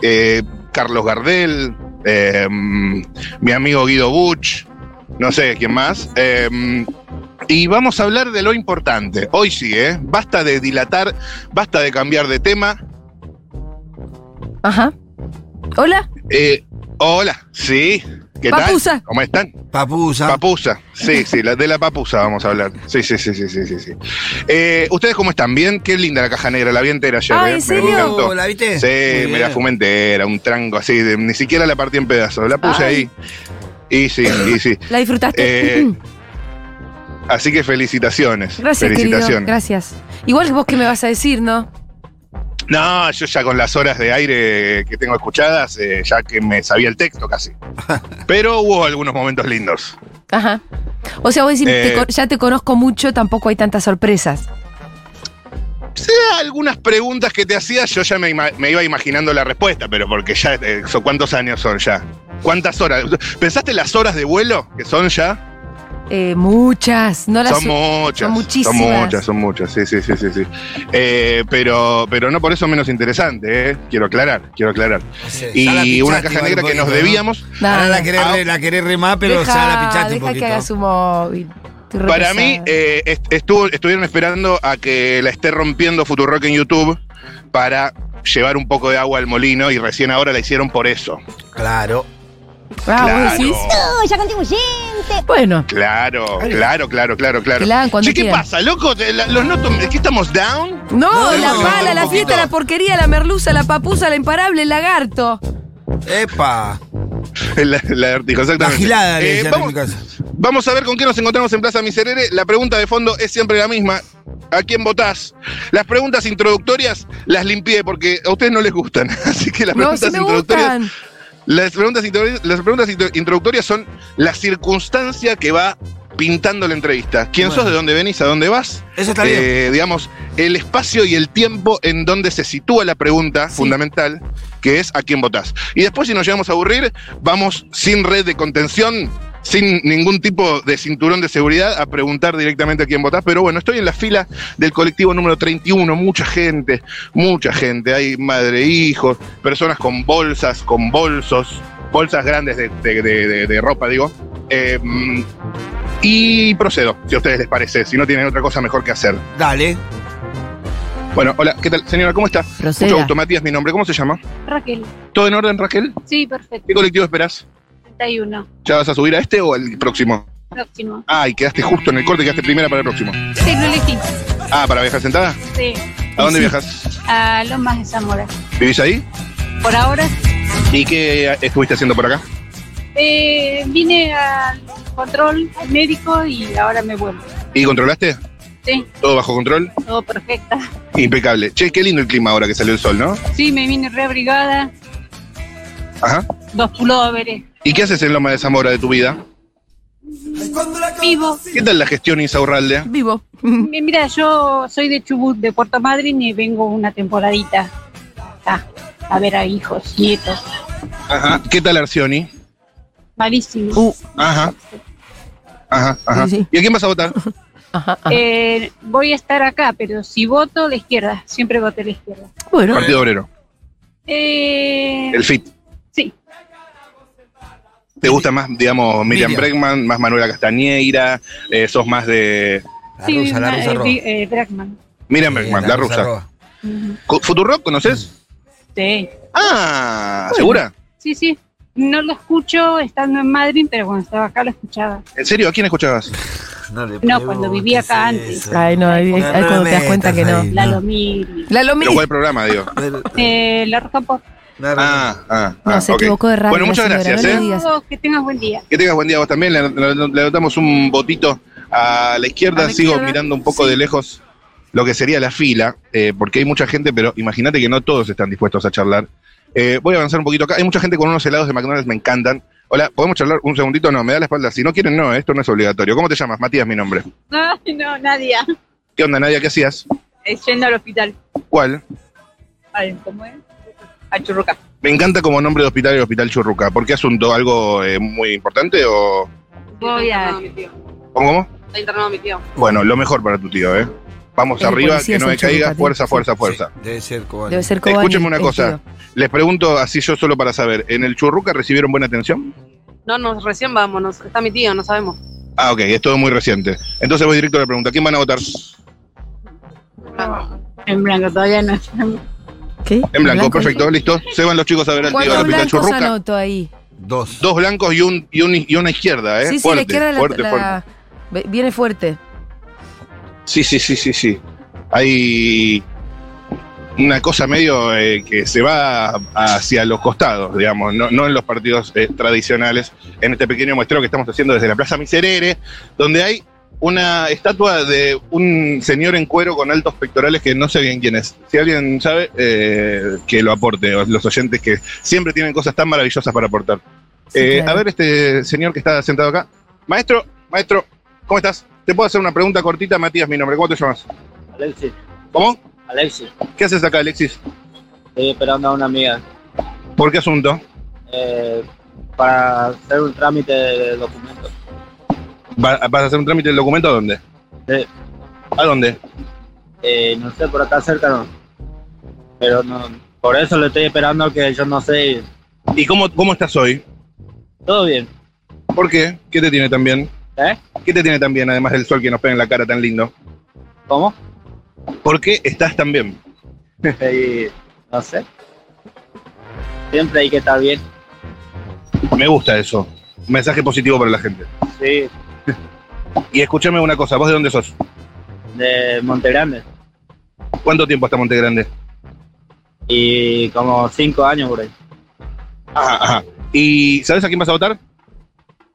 Speaker 4: eh, Carlos Gardel, eh, mi amigo Guido Buch, no sé quién más. eh, y vamos a hablar de lo importante. Hoy sí, ¿eh? Basta de dilatar, basta de cambiar de tema.
Speaker 1: Ajá. Hola.
Speaker 4: Eh, hola, sí. ¿Qué
Speaker 1: Papusa.
Speaker 4: tal? ¿Cómo están?
Speaker 2: Papusa.
Speaker 4: Papusa, sí, sí, la- de la papusa vamos a hablar. Sí, sí, sí, sí, sí, sí. sí. Eh, ¿Ustedes cómo están? ¿Bien? Qué linda la caja negra, la vi entera ayer.
Speaker 1: Ah,
Speaker 4: ¿eh?
Speaker 1: ¿en
Speaker 4: Me
Speaker 1: serio?
Speaker 4: encantó.
Speaker 2: Oh, ¿La viste?
Speaker 4: Sí,
Speaker 2: Muy
Speaker 4: me la
Speaker 2: bien.
Speaker 4: fumé entera, un tranco así, de- ni siquiera la partí en pedazos, la puse
Speaker 1: Ay.
Speaker 4: ahí. Y sí, y sí.
Speaker 1: ¿La disfrutaste?
Speaker 4: Eh, Así que felicitaciones.
Speaker 1: Gracias, querido.
Speaker 4: felicitaciones.
Speaker 1: Gracias. Igual vos que me vas a decir, ¿no?
Speaker 4: No, yo ya con las horas de aire que tengo escuchadas, eh, ya que me sabía el texto casi. Pero hubo algunos momentos lindos.
Speaker 1: Ajá. O sea, vos decís,
Speaker 4: Eh.
Speaker 1: te con- ya te conozco mucho, tampoco hay tantas sorpresas.
Speaker 4: Sí, algunas preguntas que te hacías, yo ya me, ima- me iba imaginando la respuesta, pero porque ya, eh, so- ¿cuántos años son ya? ¿Cuántas horas? ¿Pensaste las horas de vuelo que son ya?
Speaker 1: Eh, muchas. No las
Speaker 4: son muchas.
Speaker 1: son muchísimas.
Speaker 4: Son muchas, son muchas, sí, sí, sí, sí. sí. Eh, pero, pero no por eso menos interesante, ¿eh? Quiero aclarar, quiero aclarar.
Speaker 2: Sí, ya la
Speaker 4: Y
Speaker 2: pichaste
Speaker 4: una caja
Speaker 2: igual
Speaker 4: negra
Speaker 2: un
Speaker 4: que nos
Speaker 2: poquito, ¿no?
Speaker 4: debíamos.
Speaker 1: No,
Speaker 2: Ahora la
Speaker 1: no.
Speaker 2: querés, re- la querés remar, pero
Speaker 1: deja,
Speaker 2: ya la pichaste un
Speaker 1: deja
Speaker 2: poquito.
Speaker 1: que haga su móvil. Estoy re
Speaker 4: Para mí,
Speaker 1: pesada.
Speaker 4: eh, est- estuvo- estuvieron esperando a que la esté rompiendo Futurock en YouTube para llevar un poco de agua al molino y recién ahora la hicieron por eso.
Speaker 2: Claro.
Speaker 1: Ah,
Speaker 4: Claro.
Speaker 1: vos decís.
Speaker 8: ¡Oh, ya contribuyente!
Speaker 1: Bueno,
Speaker 4: Claro, claro, claro, claro, claro.
Speaker 1: Que la hagan cuando
Speaker 4: Che, ¿qué
Speaker 1: quieran.
Speaker 4: pasa, loco? Te- la- los noto, ¿qué estamos down?
Speaker 1: no,
Speaker 4: No,
Speaker 1: la
Speaker 4: no,
Speaker 1: pala,
Speaker 4: no,
Speaker 1: la
Speaker 4: un
Speaker 1: fiesta,
Speaker 4: poquito.
Speaker 1: la porquería, la merluza, la papusa, la imparable, el lagarto.
Speaker 2: Epa.
Speaker 4: El lagartijo,
Speaker 2: La
Speaker 4: exactamente.
Speaker 2: gilada le
Speaker 4: Eh,
Speaker 2: decían en
Speaker 4: vamos,
Speaker 2: mi casa.
Speaker 4: vamos a ver con qué nos encontramos en Plaza Miserere. La pregunta de fondo es siempre la misma. ¿A quién votás? Las preguntas introductorias las limpié porque a ustedes no les gustan. Así que las
Speaker 1: No,
Speaker 4: preguntas
Speaker 1: sí me
Speaker 4: introductorias.
Speaker 1: gustan.
Speaker 4: Las preguntas, introdu- las preguntas intro- introductorias son la circunstancia que va pintando la entrevista. ¿Quién
Speaker 2: Bueno.
Speaker 4: sos? ¿De dónde venís? ¿A dónde vas?
Speaker 2: Eso está bien.
Speaker 4: Eh, digamos, el espacio y el tiempo en donde se sitúa la pregunta
Speaker 1: Sí.
Speaker 4: fundamental, que es a quién votás. Y después, si nos llegamos a aburrir, vamos sin red de contención, sin ningún tipo de cinturón de seguridad, a preguntar directamente a quién votás. Pero bueno, estoy en la fila del colectivo número 31, mucha gente, mucha gente. Hay madre, hijos, personas con bolsas, con bolsos, bolsas grandes de, de- de- de- de ropa, digo. Eh, y procedo, si a ustedes les parece, si no tienen otra cosa mejor que hacer.
Speaker 2: Dale.
Speaker 4: Bueno, hola, ¿qué tal? Señora, ¿cómo está? Mucho
Speaker 1: Proceda.
Speaker 4: gusto, Matías, mi nombre. ¿Cómo se llama?
Speaker 9: Raquel,
Speaker 4: ¿Todo en orden, Raquel?
Speaker 9: sí, perfecto.
Speaker 4: ¿Qué colectivo esperás?
Speaker 9: 31,
Speaker 4: ¿Ya vas a subir a este o al próximo?
Speaker 9: próximo.
Speaker 4: Ah, y quedaste justo en el corte, quedaste primera para el próximo.
Speaker 9: Sí, no elegí.
Speaker 4: Ah, ¿para viajar sentada?
Speaker 9: Sí,
Speaker 4: ¿A dónde viajas?
Speaker 9: a Lomas de Zamora.
Speaker 4: ¿Vivís ahí?
Speaker 9: Por ahora
Speaker 4: ¿Y qué estuviste haciendo por acá?
Speaker 9: eh, vine al control al médico y ahora me vuelvo.
Speaker 4: ¿Y controlaste?
Speaker 9: Sí,
Speaker 4: ¿Todo bajo control?
Speaker 9: todo perfecta.
Speaker 4: Impecable. Che, qué lindo el clima ahora que salió el sol, ¿no?
Speaker 9: Sí, me vine reabrigada,
Speaker 4: Ajá.
Speaker 9: dos pulóveres,
Speaker 4: ¿Y qué haces en Loma de Zamora de tu vida?
Speaker 9: vivo.
Speaker 4: ¿Qué tal la gestión Insaurralde?
Speaker 1: Vivo.
Speaker 9: Mi- Mira, yo soy de Chubut, de Puerto Madryn y vengo una temporadita acá a ver a hijos, nietos.
Speaker 4: Ajá. ¿Qué tal Arcioni?
Speaker 9: Malísimo.
Speaker 1: Uh,
Speaker 4: Ajá. Ajá, ajá.
Speaker 1: Sí, sí.
Speaker 4: ¿Y a quién vas a votar?
Speaker 1: ajá, ajá.
Speaker 9: Eh, voy a estar acá, pero si voto, la izquierda. Siempre voté la izquierda.
Speaker 1: Bueno,
Speaker 4: Partido Obrero.
Speaker 9: Eh,
Speaker 4: El FIT.
Speaker 9: sí,
Speaker 4: ¿Te gusta más, digamos, Miriam,
Speaker 2: Miriam.
Speaker 4: Bregman, más Manuela Castañeira? eh, ¿Sos más de
Speaker 2: La
Speaker 9: sí,
Speaker 2: rusa, la
Speaker 9: una-
Speaker 2: rusa
Speaker 9: eh,
Speaker 2: roja.
Speaker 9: di- eh, Bregman.
Speaker 4: Miriam
Speaker 2: Eh,
Speaker 4: Bregman, la rusa?
Speaker 2: roja.
Speaker 9: Ujú.
Speaker 4: Co- ¿Futurock conoces?
Speaker 9: Sí,
Speaker 4: Ah, ¿segura?
Speaker 9: sí, sí. No lo escucho estando en Madrid, pero cuando estaba acá lo escuchaba.
Speaker 4: ¿En serio? ¿A quién escuchabas?
Speaker 2: No, le
Speaker 9: No, cuando vivía
Speaker 2: preguntes
Speaker 9: acá antes.
Speaker 2: eso.
Speaker 1: ay, no, ahí es- ahí
Speaker 2: No,
Speaker 1: es
Speaker 2: no
Speaker 1: cuando
Speaker 2: me
Speaker 1: te das cuenta que
Speaker 2: metas
Speaker 1: no.
Speaker 2: ahí.
Speaker 9: La
Speaker 2: No.
Speaker 9: Lomiri,
Speaker 1: La
Speaker 4: ¿Pero
Speaker 1: lomita.
Speaker 4: cuál programa, digo?
Speaker 9: eh, la Roca Pop.
Speaker 2: No, no, no.
Speaker 4: Ah, ah,
Speaker 1: No,
Speaker 4: ah,
Speaker 1: se
Speaker 4: ok.
Speaker 1: equivocó de radio.
Speaker 4: Bueno, muchas
Speaker 1: la señora,
Speaker 4: gracias,
Speaker 1: no le
Speaker 4: ¿eh?
Speaker 1: digas.
Speaker 9: Oh, que tengas buen día.
Speaker 4: Que tengas buen día vos también. Le, le- le anotamos un botito a la izquierda.
Speaker 1: A la
Speaker 4: Sigo
Speaker 1: izquierda,
Speaker 4: mirando un poco
Speaker 1: sí.
Speaker 4: de lejos lo que sería la fila, eh, porque hay mucha gente, pero imagínate que no todos están dispuestos a charlar. Eh, voy a avanzar un poquito acá. Hay mucha gente con unos helados de McDonald's, me encantan. Hola, ¿podemos charlar un segundito? No, me da la espalda. Si no quieren, no, eh, esto no es obligatorio. ¿Cómo te llamas? Matías, mi nombre.
Speaker 9: Ay, no, Nadia.
Speaker 4: ¿Qué onda, Nadia? ¿Qué hacías?
Speaker 9: Eh, yendo al hospital.
Speaker 4: ¿Cuál?
Speaker 9: Ay, ¿Cómo es? A Churruca.
Speaker 4: Me encanta como nombre de hospital el Hospital Churruca. ¿Por qué asunto? ¿Algo eh, muy importante o...?
Speaker 9: Voy a.
Speaker 4: ¿Cómo, cómo?
Speaker 9: Está internado mi tío.
Speaker 4: Bueno, lo mejor para tu tío, ¿eh? Vamos
Speaker 1: El
Speaker 4: arriba,
Speaker 1: policía
Speaker 4: que no
Speaker 1: es
Speaker 4: me
Speaker 1: el Churruca,
Speaker 4: caiga.
Speaker 1: tío.
Speaker 4: Fuerza, fuerza, fuerza.
Speaker 2: Sí, debe ser cobal.
Speaker 1: Debe ser Cobani,
Speaker 4: Escúchame una
Speaker 1: el
Speaker 4: cosa.
Speaker 1: tío.
Speaker 4: Les pregunto así yo solo para saber. ¿En el Churruca recibieron buena atención?
Speaker 9: No, no, recién vámonos. Está mi tío, no sabemos.
Speaker 4: Ah, ok, es todo muy reciente. Entonces voy directo a la pregunta. ¿Quién van a votar?
Speaker 9: En blanco, todavía no.
Speaker 1: ¿Qué?
Speaker 4: En blanco, perfecto, listo. Se van los chicos a ver al tío del
Speaker 1: ¿Cuántos
Speaker 4: hospital
Speaker 1: blancos
Speaker 4: Churruca.
Speaker 1: anoto ahí?
Speaker 2: Dos.
Speaker 4: Dos blancos y, un, y, un- y una izquierda, ¿eh?
Speaker 1: sí, sí,
Speaker 4: fuerte,
Speaker 1: la izquierda la-
Speaker 4: fuerte,
Speaker 1: la-
Speaker 4: fuerte.
Speaker 1: ve- viene fuerte.
Speaker 4: Sí, sí, sí, sí, sí. Hay una cosa medio eh, que se va hacia los costados, digamos, no, no en los partidos eh, tradicionales, en este pequeño muestreo que estamos haciendo desde la Plaza Miserere, donde hay una estatua de un señor en cuero con altos pectorales que no sé bien quién es. Si alguien sabe, eh, que lo aporte, o los oyentes que siempre tienen cosas tan maravillosas para aportar.
Speaker 1: Sí,
Speaker 4: Eh,
Speaker 1: claro.
Speaker 4: A ver, este señor que está sentado acá. Maestro, maestro, ¿cómo estás? Te puedo hacer una pregunta cortita, Matías, mi nombre. ¿Cómo te llamas?
Speaker 10: Alexis,
Speaker 4: ¿Cómo?
Speaker 10: Alexis,
Speaker 4: ¿Qué haces acá, Alexis?
Speaker 10: estoy esperando a una amiga
Speaker 4: ¿Por qué asunto?
Speaker 10: eh, para hacer un trámite de documentos.
Speaker 4: ¿Va- ¿Vas a hacer un trámite del documento a dónde?
Speaker 10: Eh,
Speaker 4: ¿A dónde?
Speaker 10: eh, no sé, por acá cerca no. Pero no, por eso le estoy esperando que yo no sé. y-
Speaker 4: ¿Y cómo, cómo estás hoy?
Speaker 10: Todo bien,
Speaker 4: ¿Por qué? ¿Qué te tiene tan bien?
Speaker 10: ¿eh?
Speaker 4: ¿Qué te tiene tan bien, además del sol que nos pega en la cara tan lindo?
Speaker 10: ¿Cómo?
Speaker 4: ¿Por qué estás tan bien?
Speaker 10: Eh, no sé. Siempre hay que estar bien.
Speaker 4: Me gusta eso. Un mensaje positivo para la gente.
Speaker 10: Sí,
Speaker 4: Y escúchame una cosa, ¿vos de dónde sos?
Speaker 10: de Monte Grande.
Speaker 4: ¿Cuánto tiempo hasta Monte Grande?
Speaker 10: Y como cinco años por ahí.
Speaker 4: Ajá, ajá. ¿Y sabes a quién vas a votar?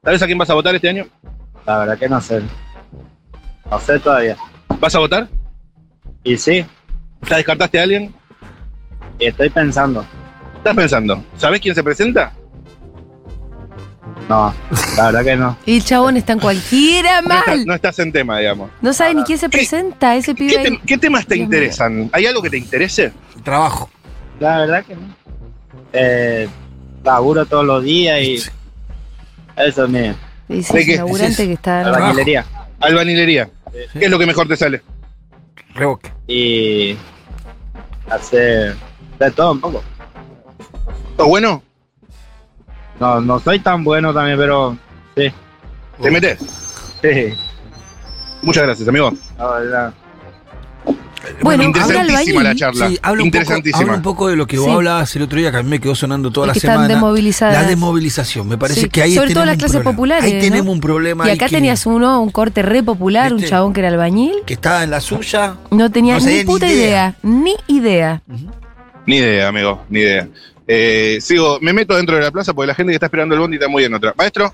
Speaker 4: ¿Sabes a quién vas a votar este año?
Speaker 10: La verdad que no sé. No sé todavía.
Speaker 4: ¿Vas a votar?
Speaker 10: Y sí,
Speaker 4: ¿Ya descartaste a alguien?
Speaker 10: estoy pensando.
Speaker 4: ¿Estás pensando? ¿Sabés quién se presenta?
Speaker 10: No, la verdad que no.
Speaker 1: Y el chabón está en cualquiera
Speaker 4: No estás,
Speaker 1: mal.
Speaker 4: no estás en tema, digamos.
Speaker 1: No sabe ni quién se
Speaker 4: ¿Qué-
Speaker 1: presenta ese pibe
Speaker 4: ¿Qué,
Speaker 1: ahí.
Speaker 4: tem- qué temas te
Speaker 1: Dios mío.
Speaker 4: interesan? ¿Hay algo que te interese?
Speaker 2: Trabajo.
Speaker 10: La verdad que no. Eh, laburo todos los días y eso es mi
Speaker 1: Y sí,
Speaker 4: ¿De
Speaker 1: es
Speaker 4: qué?
Speaker 1: un laburante
Speaker 2: ¿Es
Speaker 1: que está.
Speaker 2: Trabajo.
Speaker 10: albañilería.
Speaker 4: Albañilería. ¿Qué es lo que mejor te sale?
Speaker 2: Reboque.
Speaker 10: Y hacer de todo un poco.
Speaker 4: ¿Todo bueno?
Speaker 10: No, no soy tan bueno también, pero
Speaker 4: ¿Te metes?
Speaker 10: sí.
Speaker 4: Muchas gracias, amigo.
Speaker 10: La verdad.
Speaker 1: Bueno, habla
Speaker 4: Interesantísima
Speaker 1: albañil.
Speaker 4: la charla.
Speaker 2: Sí, habla un, poco,
Speaker 4: Interesantísima.
Speaker 2: habla un poco de lo que vos
Speaker 1: Sí.
Speaker 2: hablabas el otro día, que a mí me quedó sonando toda
Speaker 1: Es
Speaker 2: la
Speaker 1: que están
Speaker 2: semana.
Speaker 1: desmovilizadas.
Speaker 2: La desmovilización, me parece
Speaker 1: Sí,
Speaker 2: que ahí
Speaker 1: sobre todo
Speaker 2: tenemos
Speaker 1: las
Speaker 2: un
Speaker 1: clases
Speaker 2: problema.
Speaker 1: populares,
Speaker 2: Ahí
Speaker 1: ¿no?
Speaker 2: tenemos un problema.
Speaker 1: Y
Speaker 2: ahí
Speaker 1: acá
Speaker 2: que-
Speaker 1: tenías uno, un corte re popular, un
Speaker 2: ¿Viste?
Speaker 1: chabón que era albañil.
Speaker 2: Que estaba en la suya.
Speaker 1: No tenía
Speaker 2: No sabía
Speaker 1: ni
Speaker 2: ni
Speaker 1: puta idea.
Speaker 2: idea.
Speaker 1: ni idea.
Speaker 4: Ni idea, amigo, ni idea. Eh, sigo, me meto dentro de la plaza porque la gente que está esperando el bondi está muy en otra. Maestro,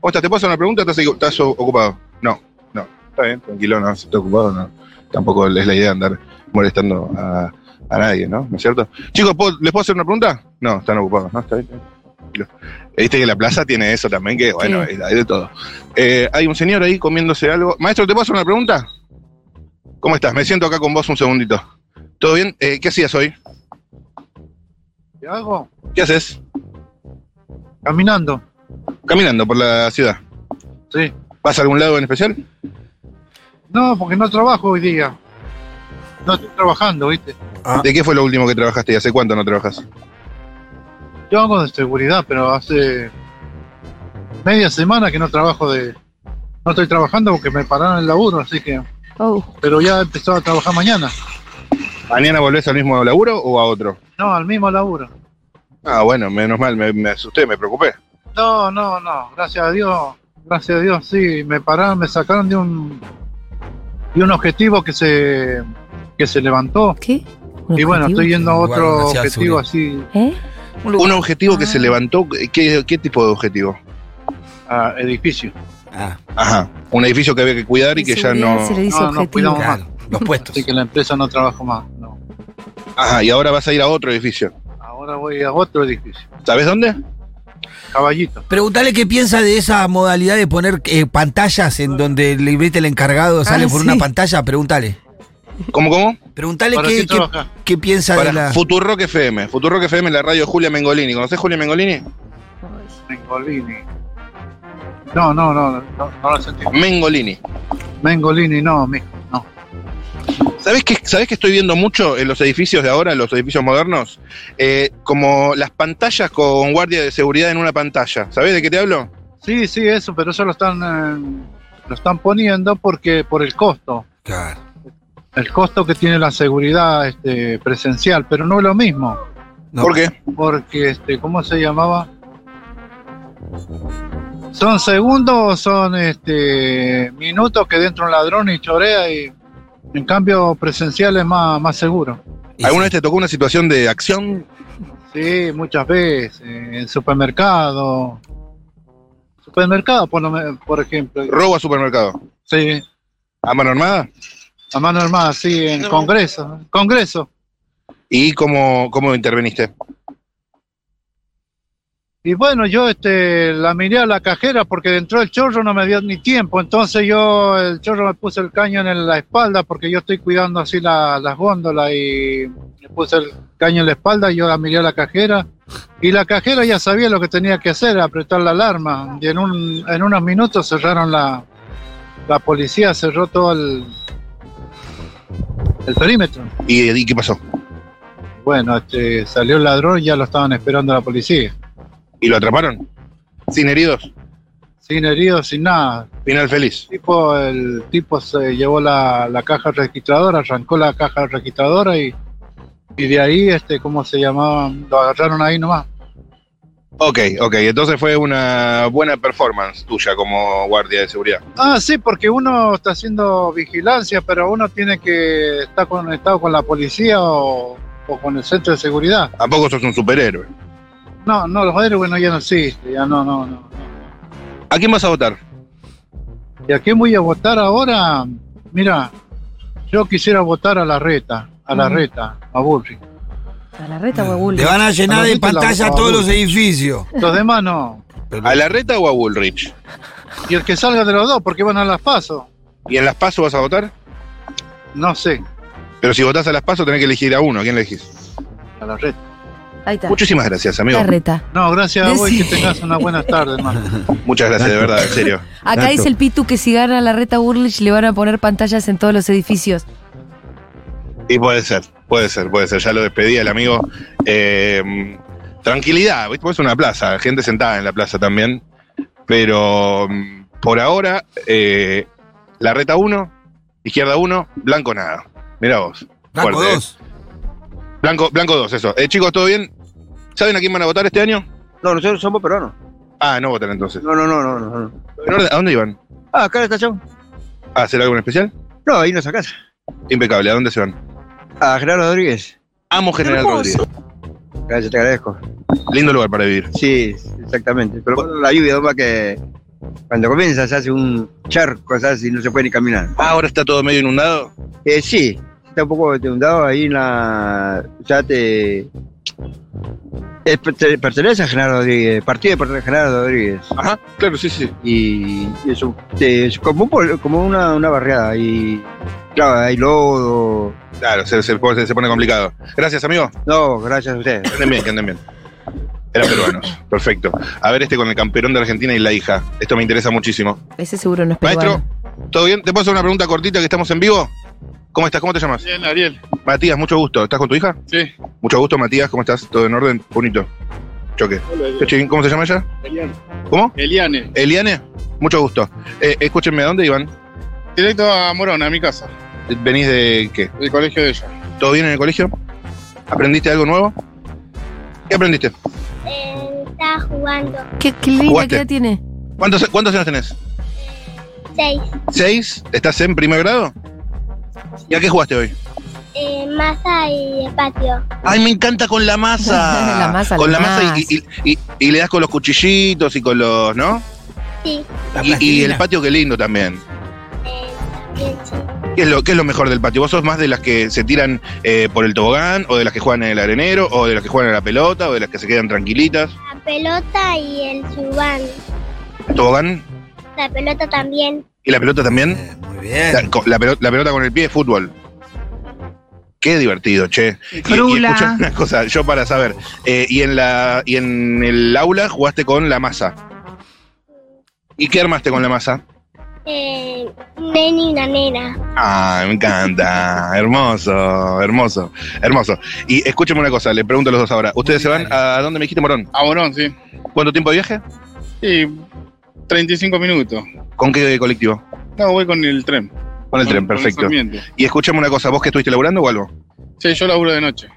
Speaker 4: ¿cómo estás? ¿Te puedo hacer una pregunta o estás, estás ocupado? No, no, está bien, tranquilo, no, si estás ocupado, no. Tampoco es la idea andar molestando a, a nadie, ¿no? ¿No es cierto? Chicos, ¿puedo- ¿les puedo hacer una pregunta? No, están ocupados, ¿no? Está bien, está bien, tranquilo. Viste que la plaza tiene eso también, que bueno,
Speaker 1: Sí.
Speaker 4: hay de todo. Eh, hay un señor ahí comiéndose algo. Maestro, ¿te puedo hacer una pregunta? ¿Cómo estás? Me siento acá con vos un segundito. ¿Todo bien? Eh, ¿Qué hacías hoy?
Speaker 10: ¿Yo hago?
Speaker 4: ¿Qué haces?
Speaker 10: Caminando.
Speaker 4: Caminando por la ciudad.
Speaker 10: Sí.
Speaker 4: ¿Vas a algún lado en especial?
Speaker 10: No, porque no trabajo hoy día. No estoy trabajando, ¿viste?
Speaker 2: Ah.
Speaker 4: ¿De qué fue lo último que trabajaste y hace cuánto no trabajas?
Speaker 10: Yo hago de seguridad, pero hace media semana que no trabajo de... No estoy trabajando porque me pararon el laburo, así que...
Speaker 1: Oh.
Speaker 10: Pero ya he empezado a trabajar mañana.
Speaker 4: ¿Mañana volvés al mismo laburo o a otro?
Speaker 10: No, al mismo laburo.
Speaker 4: Ah, bueno, menos mal, me, me asusté, me preocupé.
Speaker 10: No, no, no. Gracias a Dios. Gracias a Dios, sí. Me pararon, me sacaron de un... De un objetivo que se... Que se levantó.
Speaker 1: ¿Qué? ¿Un
Speaker 10: Y bueno,
Speaker 1: objetivo?
Speaker 10: estoy yendo a
Speaker 2: Un lugar
Speaker 10: otro
Speaker 2: donde sea
Speaker 10: objetivo así.
Speaker 1: ¿Eh?
Speaker 4: ¿Un objetivo
Speaker 1: Ah.
Speaker 4: que se levantó? ¿Qué, qué tipo de objetivo?
Speaker 10: a edificio.
Speaker 2: Ah,
Speaker 4: Ajá, un edificio que había que cuidar y que ya
Speaker 1: Seguridad
Speaker 4: no...
Speaker 1: Se le dice
Speaker 10: No, no,
Speaker 1: objetivo.
Speaker 10: cuidado.
Speaker 2: claro, los puestos.
Speaker 10: Así que la empresa no trabajo más. no.
Speaker 4: Ajá, y ahora vas a ir a otro edificio.
Speaker 10: Ahora voy a otro edificio.
Speaker 4: ¿Sabes dónde?
Speaker 10: Caballito.
Speaker 2: Preguntale qué piensa de esa modalidad de poner eh, pantallas en donde le vete el encargado, sale por
Speaker 1: Ah, sí.
Speaker 2: una pantalla, pregúntale.
Speaker 4: ¿Cómo, cómo?
Speaker 2: Preguntale
Speaker 10: ¿Para
Speaker 2: qué,
Speaker 10: qué
Speaker 2: qué-
Speaker 10: trabaja?
Speaker 2: qué piensa de
Speaker 4: Para
Speaker 2: la.
Speaker 4: Futurock FM, Futurock FM, la radio de Julia Mengolini. ¿Conoces Julia Mengolini?
Speaker 10: Mengolini. No, no, no, no, no lo sentí.
Speaker 4: Mengolini.
Speaker 10: Mengolini, no, mi- no.
Speaker 4: ¿Sabés que, ¿Sabés que estoy viendo mucho en los edificios de ahora, en los edificios modernos? Eh, como las pantallas con guardia de seguridad en una pantalla. ¿Sabés de qué te hablo?
Speaker 10: Sí, sí, eso, pero eso lo están, eh, lo están poniendo porque por el costo.
Speaker 2: Claro.
Speaker 10: El costo que tiene la seguridad este, presencial, pero no es lo mismo.
Speaker 2: No.
Speaker 4: ¿Por qué?
Speaker 10: Porque, este, ¿cómo se llamaba? ¿Son segundos o son este, minutos que dentro un ladrón y chorea? y En cambio, presencial es más, más seguro.
Speaker 2: Y
Speaker 4: ¿Alguna
Speaker 2: sí.
Speaker 4: vez te tocó una situación de acción?
Speaker 10: Sí, muchas veces. eh, En supermercado. Supermercado, por, lo me- por ejemplo.
Speaker 4: Robo a supermercado.
Speaker 10: Sí,
Speaker 4: ¿A mano armada?
Speaker 10: a mano armada, sí, en Congreso. Congreso.
Speaker 4: ¿Y cómo, cómo interveniste?
Speaker 10: Y bueno, yo este, la miré a la cajera porque dentro del chorro no me dio ni tiempo. Entonces yo, el chorro me puse el caño en el- la espalda porque yo estoy cuidando así la- las góndolas y me puse el caño en la espalda y yo la miré a la cajera. Y la cajera ya sabía lo que tenía que hacer, apretar la alarma. Y en, un, en unos minutos cerraron la, la policía, cerró todo el, el perímetro.
Speaker 4: ¿Y, y qué pasó?
Speaker 10: Bueno, este, salió el ladrón y ya lo estaban esperando la policía.
Speaker 4: ¿Y lo atraparon? ¿Sin heridos?
Speaker 10: Sin heridos, sin nada.
Speaker 4: Final feliz.
Speaker 10: tipo, el tipo se llevó la, la caja registradora, arrancó la caja registradora y, y de ahí, este, ¿cómo se llamaba? Lo agarraron ahí nomás.
Speaker 4: Ok, ok, entonces fue una buena performance tuya como guardia de seguridad.
Speaker 10: Ah, sí, porque uno está haciendo vigilancia, pero uno tiene que estar conectado con la policía o, o con el centro de seguridad.
Speaker 4: ¿A poco sos un superhéroe?
Speaker 10: No, no, los héroes no, ya no existen, ya no, no, no.
Speaker 4: ¿A quién vas a votar?
Speaker 10: ¿Y a quién voy a votar ahora? Mira, yo quisiera votar a la reta, a la
Speaker 4: Mm.
Speaker 1: Ujú.
Speaker 10: reta, a Bullrich.
Speaker 1: A la reta o a Bullrich.
Speaker 2: Te van a llenar de
Speaker 10: Ahorita la
Speaker 2: pantalla
Speaker 10: boca,
Speaker 2: todos
Speaker 10: boludo.
Speaker 2: los edificios.
Speaker 10: Los demás no.
Speaker 4: ¿A la reta o a Bullrich?
Speaker 10: Y el que salga de los dos, porque van a las pasos.
Speaker 4: ¿Y en las PASO vas a votar?
Speaker 10: No sé,
Speaker 4: Pero si votás a las PASO tenés que elegir a uno, ¿a quién elegís?
Speaker 10: a la reta.
Speaker 1: Ahí está.
Speaker 4: Muchísimas gracias, amigo.
Speaker 1: La reta.
Speaker 10: No, gracias a vos y que
Speaker 1: Decí.
Speaker 10: tengas una buena tarde, hermano.
Speaker 4: Muchas gracias, de verdad, en serio.
Speaker 1: Acá
Speaker 2: Gato.
Speaker 1: dice el Pitu que si gana la reta Burlich le van a poner pantallas en todos los edificios.
Speaker 4: Y puede ser, puede ser, puede ser. Ya lo despedí al amigo. Eh, tranquilidad, ¿viste? Porque es una plaza, gente sentada en la plaza también. Pero mm, por ahora, eh, la reta 1, izquierda 1, blanco nada. Mira vos.
Speaker 2: Blanco
Speaker 4: Fuerte,
Speaker 2: dos.
Speaker 4: eh. Blanco, blanco 2, eso. Eh, chicos, ¿todo bien? ¿Saben a quién van a votar este año?
Speaker 11: No, nosotros somos peruanos.
Speaker 4: Ah, no votan entonces.
Speaker 11: No, no, no, no, no. no.
Speaker 4: ¿En orden? ¿A dónde iban?
Speaker 11: Ah, acá en la estación.
Speaker 4: ¿A hacer algo en especial?
Speaker 11: No, ahí nos sacás.
Speaker 4: Impecable, ¿a dónde se van?
Speaker 11: A Ah, Gerardo Rodríguez.
Speaker 4: Amo General Rodríguez.
Speaker 11: Gracias, te agradezco.
Speaker 4: Lindo lugar para vivir.
Speaker 11: Sí, exactamente. Pero bueno, la lluvia, nomás que cuando comienza se hace un charco, se hace y no se puede ni caminar.
Speaker 4: Ah, ahora está todo medio inundado.
Speaker 11: Eh, sí, está un poco inundado ahí en la. Ya te. es- perte- pertenece a Genaro Rodríguez, partido de pertene- Genaro Rodríguez.
Speaker 4: Ajá, claro, sí, sí.
Speaker 11: Y es, un- es como, un pol- como una, una barriada. Y claro, hay lodo.
Speaker 4: Claro, se, se pone- se pone complicado. Gracias, amigo.
Speaker 11: No, gracias a ustedes.
Speaker 4: Que anden bien, que anden bien. Eran peruanos. Perfecto. A ver este con el campeón de Argentina y la hija. Esto me interesa muchísimo.
Speaker 1: Ese seguro no es
Speaker 4: Maestro,
Speaker 1: peruano.
Speaker 4: ¿todo bien? ¿Te puedo hacer una pregunta cortita que estamos en vivo? ¿Cómo estás? ¿Cómo te llamas?
Speaker 10: Bien, Ariel,
Speaker 4: Matías, mucho gusto. ¿Estás con tu hija?
Speaker 10: sí.
Speaker 4: Mucho gusto, Matías. ¿Cómo estás? ¿Todo en orden? Bonito. Choque. Qué chingón. ¿Cómo se llama ella?
Speaker 10: Eliane.
Speaker 4: ¿Cómo?
Speaker 10: Eliane,
Speaker 4: Eliane. Mucho gusto. Eh, escúchenme, ¿a dónde iban?
Speaker 10: directo a Morón, a mi casa,
Speaker 4: ¿Venís de qué?
Speaker 10: del colegio de ella.
Speaker 4: ¿Todo bien en el colegio? ¿Aprendiste algo nuevo? ¿Qué aprendiste?
Speaker 8: está jugando
Speaker 1: ¿Qué, qué linda
Speaker 4: Jugaste.
Speaker 1: que tiene.
Speaker 4: ¿Cuántos, ¿Cuántos años tenés?
Speaker 8: seis
Speaker 4: ¿Seis? ¿Estás en primer grado? ¿Y a qué jugaste hoy?
Speaker 8: eh, masa y patio.
Speaker 4: Ay, me encanta con la masa.
Speaker 1: La masa,
Speaker 4: con
Speaker 1: la
Speaker 4: la masa y, y- y- y le das con los cuchillitos y con los, ¿no?
Speaker 8: Sí,
Speaker 2: La
Speaker 4: Y, y el
Speaker 2: plastilina.
Speaker 4: patio qué lindo también.
Speaker 8: eh, también sí.
Speaker 4: ¿Qué es, lo, ¿Qué es lo mejor del patio? ¿Vos sos más de las que se tiran eh, por el tobogán o de las que juegan en el arenero o de las que juegan a la pelota o de las que se quedan tranquilitas?
Speaker 8: La pelota y el subán.
Speaker 4: ¿El tobogán
Speaker 8: La pelota también.
Speaker 4: y la pelota también?
Speaker 2: Eh, Muy
Speaker 4: La,
Speaker 2: bien.
Speaker 4: co- la pelota, la pelota con el pie, fútbol. Qué divertido, che. Y, y
Speaker 9: Frula.
Speaker 4: escuchá una cosa, yo para saber. eh, y, en la, y en el aula jugaste con la masa. ¿Y qué armaste con la masa?
Speaker 8: Eh, un nene y una nena.
Speaker 4: Ah, me encanta. hermoso, hermoso, hermoso. Y escúcheme una cosa, le pregunto a los dos ahora. ¿Ustedes se van a dónde me dijiste, Morón?
Speaker 10: A Morón, sí.
Speaker 4: ¿Cuánto tiempo de viaje?
Speaker 10: Y 35 minutos.
Speaker 4: ¿Con qué colectivo?
Speaker 10: No, voy con el tren.
Speaker 4: Con el tren,
Speaker 10: Con- con
Speaker 4: perfecto.
Speaker 10: Sarmiento.
Speaker 4: Y escúchame una cosa, ¿vos que estuviste laburando o algo?
Speaker 10: Sí, yo laburo de noche.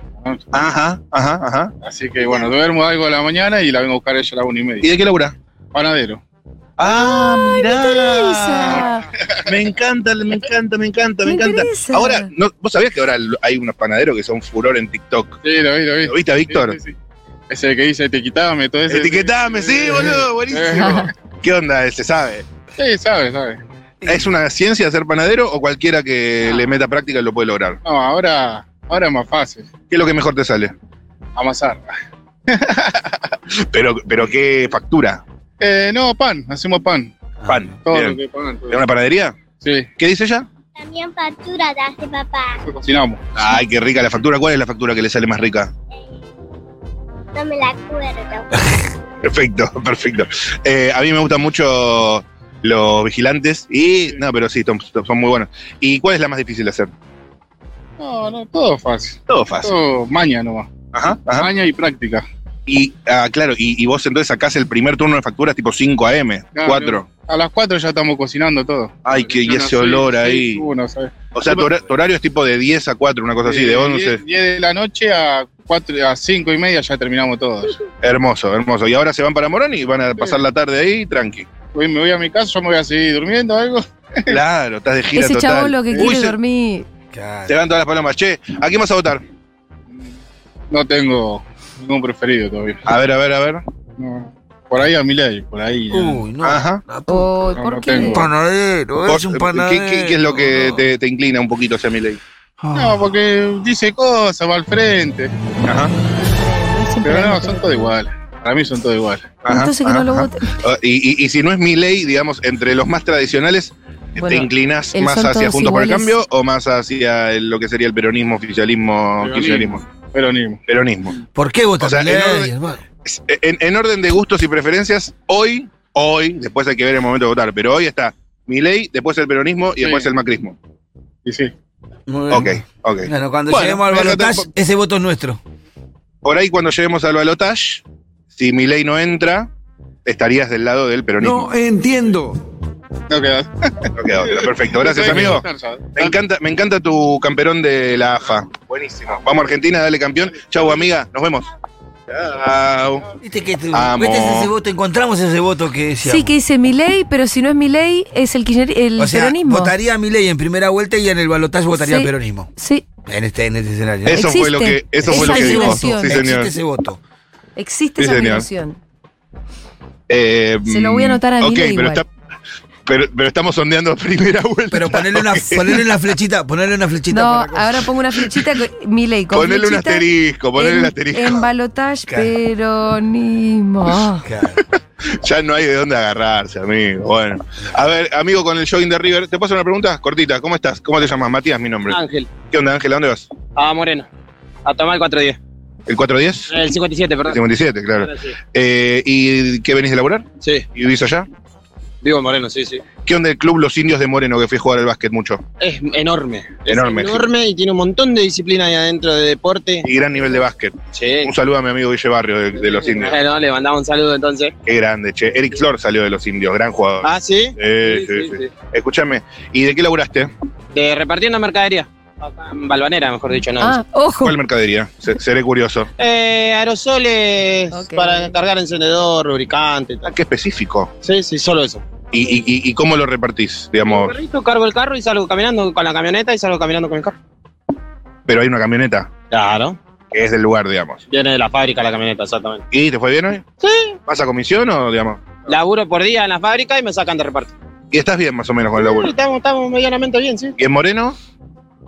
Speaker 4: Ajá, ajá, ajá.
Speaker 10: Así que bueno, duermo algo a la mañana y la vengo a buscar ella a la una y
Speaker 4: ¿Y
Speaker 10: media.
Speaker 4: de qué labura?
Speaker 10: Panadero.
Speaker 4: Ah, mirá.
Speaker 1: Elsa,
Speaker 4: Me encanta, me encanta, me encanta,
Speaker 1: Me
Speaker 4: me encanta.
Speaker 1: interesa.
Speaker 4: Ahora, ¿no- ¿vos sabías que ahora hay unos panaderos que son furor en TikTok?
Speaker 10: Sí, lo vi, lo vi.
Speaker 4: ¿Lo viste, Víctor?
Speaker 10: Sí, sí, sí. Ese que dice etiquetame, todo ese.
Speaker 4: Etiquetame, sí, boludo, buenísimo. ¿Qué onda? Se sabe.
Speaker 10: Sí, sabe, sabe.
Speaker 4: ¿Es una ciencia ser panadero o cualquiera que
Speaker 10: No.
Speaker 4: le meta práctica lo puede lograr?
Speaker 10: No, ahora, ahora es más fácil.
Speaker 4: ¿Qué es lo que mejor te sale?
Speaker 10: Amasar.
Speaker 4: Pero, pero ¿qué factura?
Speaker 10: Eh, no, pan, hacemos pan.
Speaker 4: Pan.
Speaker 10: Todo
Speaker 4: Bien.
Speaker 10: lo que pan. todo.
Speaker 4: ¿De una panadería?
Speaker 10: Sí,
Speaker 4: ¿Qué dice ella?
Speaker 8: También factura de hace papá.
Speaker 10: eso cocinamos.
Speaker 4: Ay, qué rica la factura. ¿Cuál es la factura que le sale más rica?
Speaker 8: No me la acuerdo.
Speaker 4: Perfecto, perfecto. Eh, a mí me gustan mucho los vigilantes y... No, pero sí, son, son muy buenos. ¿Y cuál es la más difícil de hacer?
Speaker 10: No, no, todo fácil.
Speaker 4: Todo fácil.
Speaker 10: Todo maña nomás.
Speaker 4: Ajá, ajá.
Speaker 10: Maña y práctica.
Speaker 4: Y, ah, claro, y, y vos entonces sacás el primer turno de facturas tipo 5 AM,
Speaker 10: Claro.
Speaker 4: 4.
Speaker 10: A las 4 ya estamos cocinando todo.
Speaker 4: Ay, que y
Speaker 10: Son
Speaker 4: ese
Speaker 10: las
Speaker 4: olor
Speaker 10: seis,
Speaker 4: ahí.
Speaker 10: seis, Uno, ¿sabes?
Speaker 4: O sea, tu, hora- tu horario es tipo de 10 a 4, una cosa así, de 11.
Speaker 10: 10 de la noche a
Speaker 12: cuatro, a cinco y media ya terminamos todos.
Speaker 4: Hermoso, hermoso. Y ahora se van para Morón y van a pasar la tarde ahí, tranqui.
Speaker 12: Hoy me voy a mi casa, yo me voy a seguir durmiendo o algo.
Speaker 4: Claro, estás de gira
Speaker 1: Ese
Speaker 4: total.
Speaker 1: chabón lo que
Speaker 4: Uy,
Speaker 1: quiere es
Speaker 4: se-
Speaker 1: dormir.
Speaker 4: Se van todas las palomas. Che, ¿a quién vas a votar?
Speaker 12: No tengo ningún preferido todavía.
Speaker 4: A ver, a ver, a ver.
Speaker 12: No. Por ahí a mi ley, por ahí.
Speaker 2: Uy, no.
Speaker 4: Ajá.
Speaker 1: Oh,
Speaker 12: No,
Speaker 1: ¿por
Speaker 12: no
Speaker 1: qué?
Speaker 12: tengo.
Speaker 2: Panadero, es un
Speaker 4: Por- ¿qué,
Speaker 2: panadero.
Speaker 4: qué, qué es lo que te, te inclina un poquito hacia mi ley?
Speaker 12: No, porque dice cosas, va al frente.
Speaker 4: Ajá.
Speaker 12: Pero no, son todos iguales. Para mí son todos iguales.
Speaker 4: Ajá,
Speaker 1: Entonces que
Speaker 4: ajá,
Speaker 1: no lo
Speaker 4: ajá.
Speaker 1: voten.
Speaker 4: Ah, Y, y- y si no es mi ley, digamos, entre los más tradicionales, ¿te
Speaker 1: Bueno,
Speaker 4: inclinas
Speaker 1: el
Speaker 4: más
Speaker 1: son
Speaker 4: hacia
Speaker 1: todos
Speaker 4: Juntos por el
Speaker 1: iguales.
Speaker 4: Cambio o más hacia el- lo que sería el peronismo, oficialismo, kirchnerismo?
Speaker 12: Peronismo.
Speaker 4: Peronismo.
Speaker 2: ¿Por qué votas
Speaker 4: O sea,
Speaker 2: Milei,
Speaker 4: en orden-
Speaker 2: hermano?
Speaker 4: En, en orden de gustos y preferencias, hoy, hoy, después hay que ver el momento de votar, pero hoy está mi ley, después el peronismo y después el macrismo.
Speaker 12: Y sí.
Speaker 2: Muy bien.
Speaker 4: Ok, ok.
Speaker 2: Bueno, cuando
Speaker 4: Bueno,
Speaker 2: lleguemos al
Speaker 4: pero te-
Speaker 2: balotaje, ese voto es nuestro.
Speaker 4: Por ahí cuando lleguemos al balotage, si mi ley no entra, estarías del lado del peronismo.
Speaker 2: No entiendo.
Speaker 12: No queda.
Speaker 4: No queda otra. Perfecto, gracias
Speaker 12: Tengo que
Speaker 4: amigo.
Speaker 12: votar, ¿sabes?
Speaker 4: Me encanta, me encanta tu camperón de la AFA. Buenísimo. Vamos Argentina, dale campeón. Chau, amiga, nos vemos. Chau.
Speaker 2: Viste que te-
Speaker 4: Amo.
Speaker 2: viste ese voto, encontramos ese voto que decíamos.
Speaker 1: Sí, que dice mi ley, pero si no es mi ley, es el, kirchner- el
Speaker 2: o sea,
Speaker 1: peronismo.
Speaker 2: votaría a Milei en primera vuelta y en el balotaje votaría
Speaker 1: Sí.
Speaker 2: al peronismo.
Speaker 1: Sí,
Speaker 2: En este, en este escenario. ¿no?
Speaker 4: Eso
Speaker 1: Existe.
Speaker 4: fue lo que, eso fue lo
Speaker 1: Esa
Speaker 4: que dijo. Sí,
Speaker 1: violación.
Speaker 4: señor.
Speaker 2: Existe ese voto.
Speaker 1: existe
Speaker 4: Sí,
Speaker 1: esa
Speaker 4: señor.
Speaker 1: relación.
Speaker 4: Eh,
Speaker 1: Se lo voy a anotar a
Speaker 4: ok,
Speaker 1: Milei
Speaker 4: pero,
Speaker 1: igual.
Speaker 4: está- pero, pero estamos sondeando primera vuelta.
Speaker 2: Pero ponerle una, ponerle una flechita, ponerle una flechita.
Speaker 1: No,
Speaker 2: para-
Speaker 1: ahora pongo una flechita, con- mi ley, con
Speaker 4: Ponele un
Speaker 1: flechita
Speaker 4: asterisco, ponele
Speaker 1: en,
Speaker 4: un asterisco.
Speaker 1: En balotage
Speaker 2: Claro.
Speaker 1: peronismo. Ah,
Speaker 2: Claro.
Speaker 4: Ya no hay de dónde agarrarse, amigo. Bueno. A ver, amigo, con el jogging de River, ¿te paso una pregunta cortita? ¿Cómo estás? ¿Cómo te llamas? Matías, mi nombre.
Speaker 13: Ángel,
Speaker 4: ¿Qué onda, Ángel? ¿A dónde vas?
Speaker 13: a Ah, Moreno, a tomar el 410.
Speaker 4: ¿El 410?
Speaker 13: El 57, perdón.
Speaker 4: 57, claro.
Speaker 13: Ahora sí.
Speaker 4: Eh, ¿Y qué venís a laburar?
Speaker 13: Sí,
Speaker 4: ¿Y vivís allá?
Speaker 13: vivo en Moreno, sí, sí.
Speaker 4: ¿Qué onda el club Los Indios de Moreno que fui a jugar al básquet mucho?
Speaker 13: Es enorme.
Speaker 4: Enorme.
Speaker 13: Es enorme y tiene un montón de disciplina ahí adentro de deporte.
Speaker 4: Y gran nivel de básquet.
Speaker 13: Sí.
Speaker 4: Un saludo a mi amigo Guille Barrio de, de Los Indios.
Speaker 13: Bueno, le mandamos un saludo entonces.
Speaker 4: Qué grande, che. Eric Flor salió de Los Indios, gran jugador.
Speaker 13: Ah, sí.
Speaker 4: Eh, sí, sí. Escúchame, ¿y de qué laburaste?
Speaker 13: De repartiendo mercadería. Acá en Balvanera, mejor dicho, no.
Speaker 1: ah, ojo.
Speaker 4: ¿Cuál mercadería? Se- seré curioso.
Speaker 13: Eh, aerosoles
Speaker 1: Ok.
Speaker 13: para cargar encendedor, lubricante.
Speaker 4: Ah, qué específico.
Speaker 13: Sí, sí, solo eso.
Speaker 4: ¿Y, y- y- y cómo lo repartís? Digamos,
Speaker 13: Perrito, cargo el carro y salgo caminando con la camioneta y salgo caminando con el carro.
Speaker 4: pero hay una camioneta
Speaker 13: Claro.
Speaker 4: que es del lugar, digamos.
Speaker 13: Viene de la fábrica la camioneta, exactamente.
Speaker 4: ¿Y te fue bien hoy?
Speaker 13: Sí.
Speaker 4: ¿Vas a comisión o, digamos?
Speaker 13: Laburo por día en la fábrica y me sacan de reparto.
Speaker 4: ¿Y estás bien más o menos con el laburo?
Speaker 13: Estamos, estamos medianamente bien, sí.
Speaker 4: ¿Y en Moreno?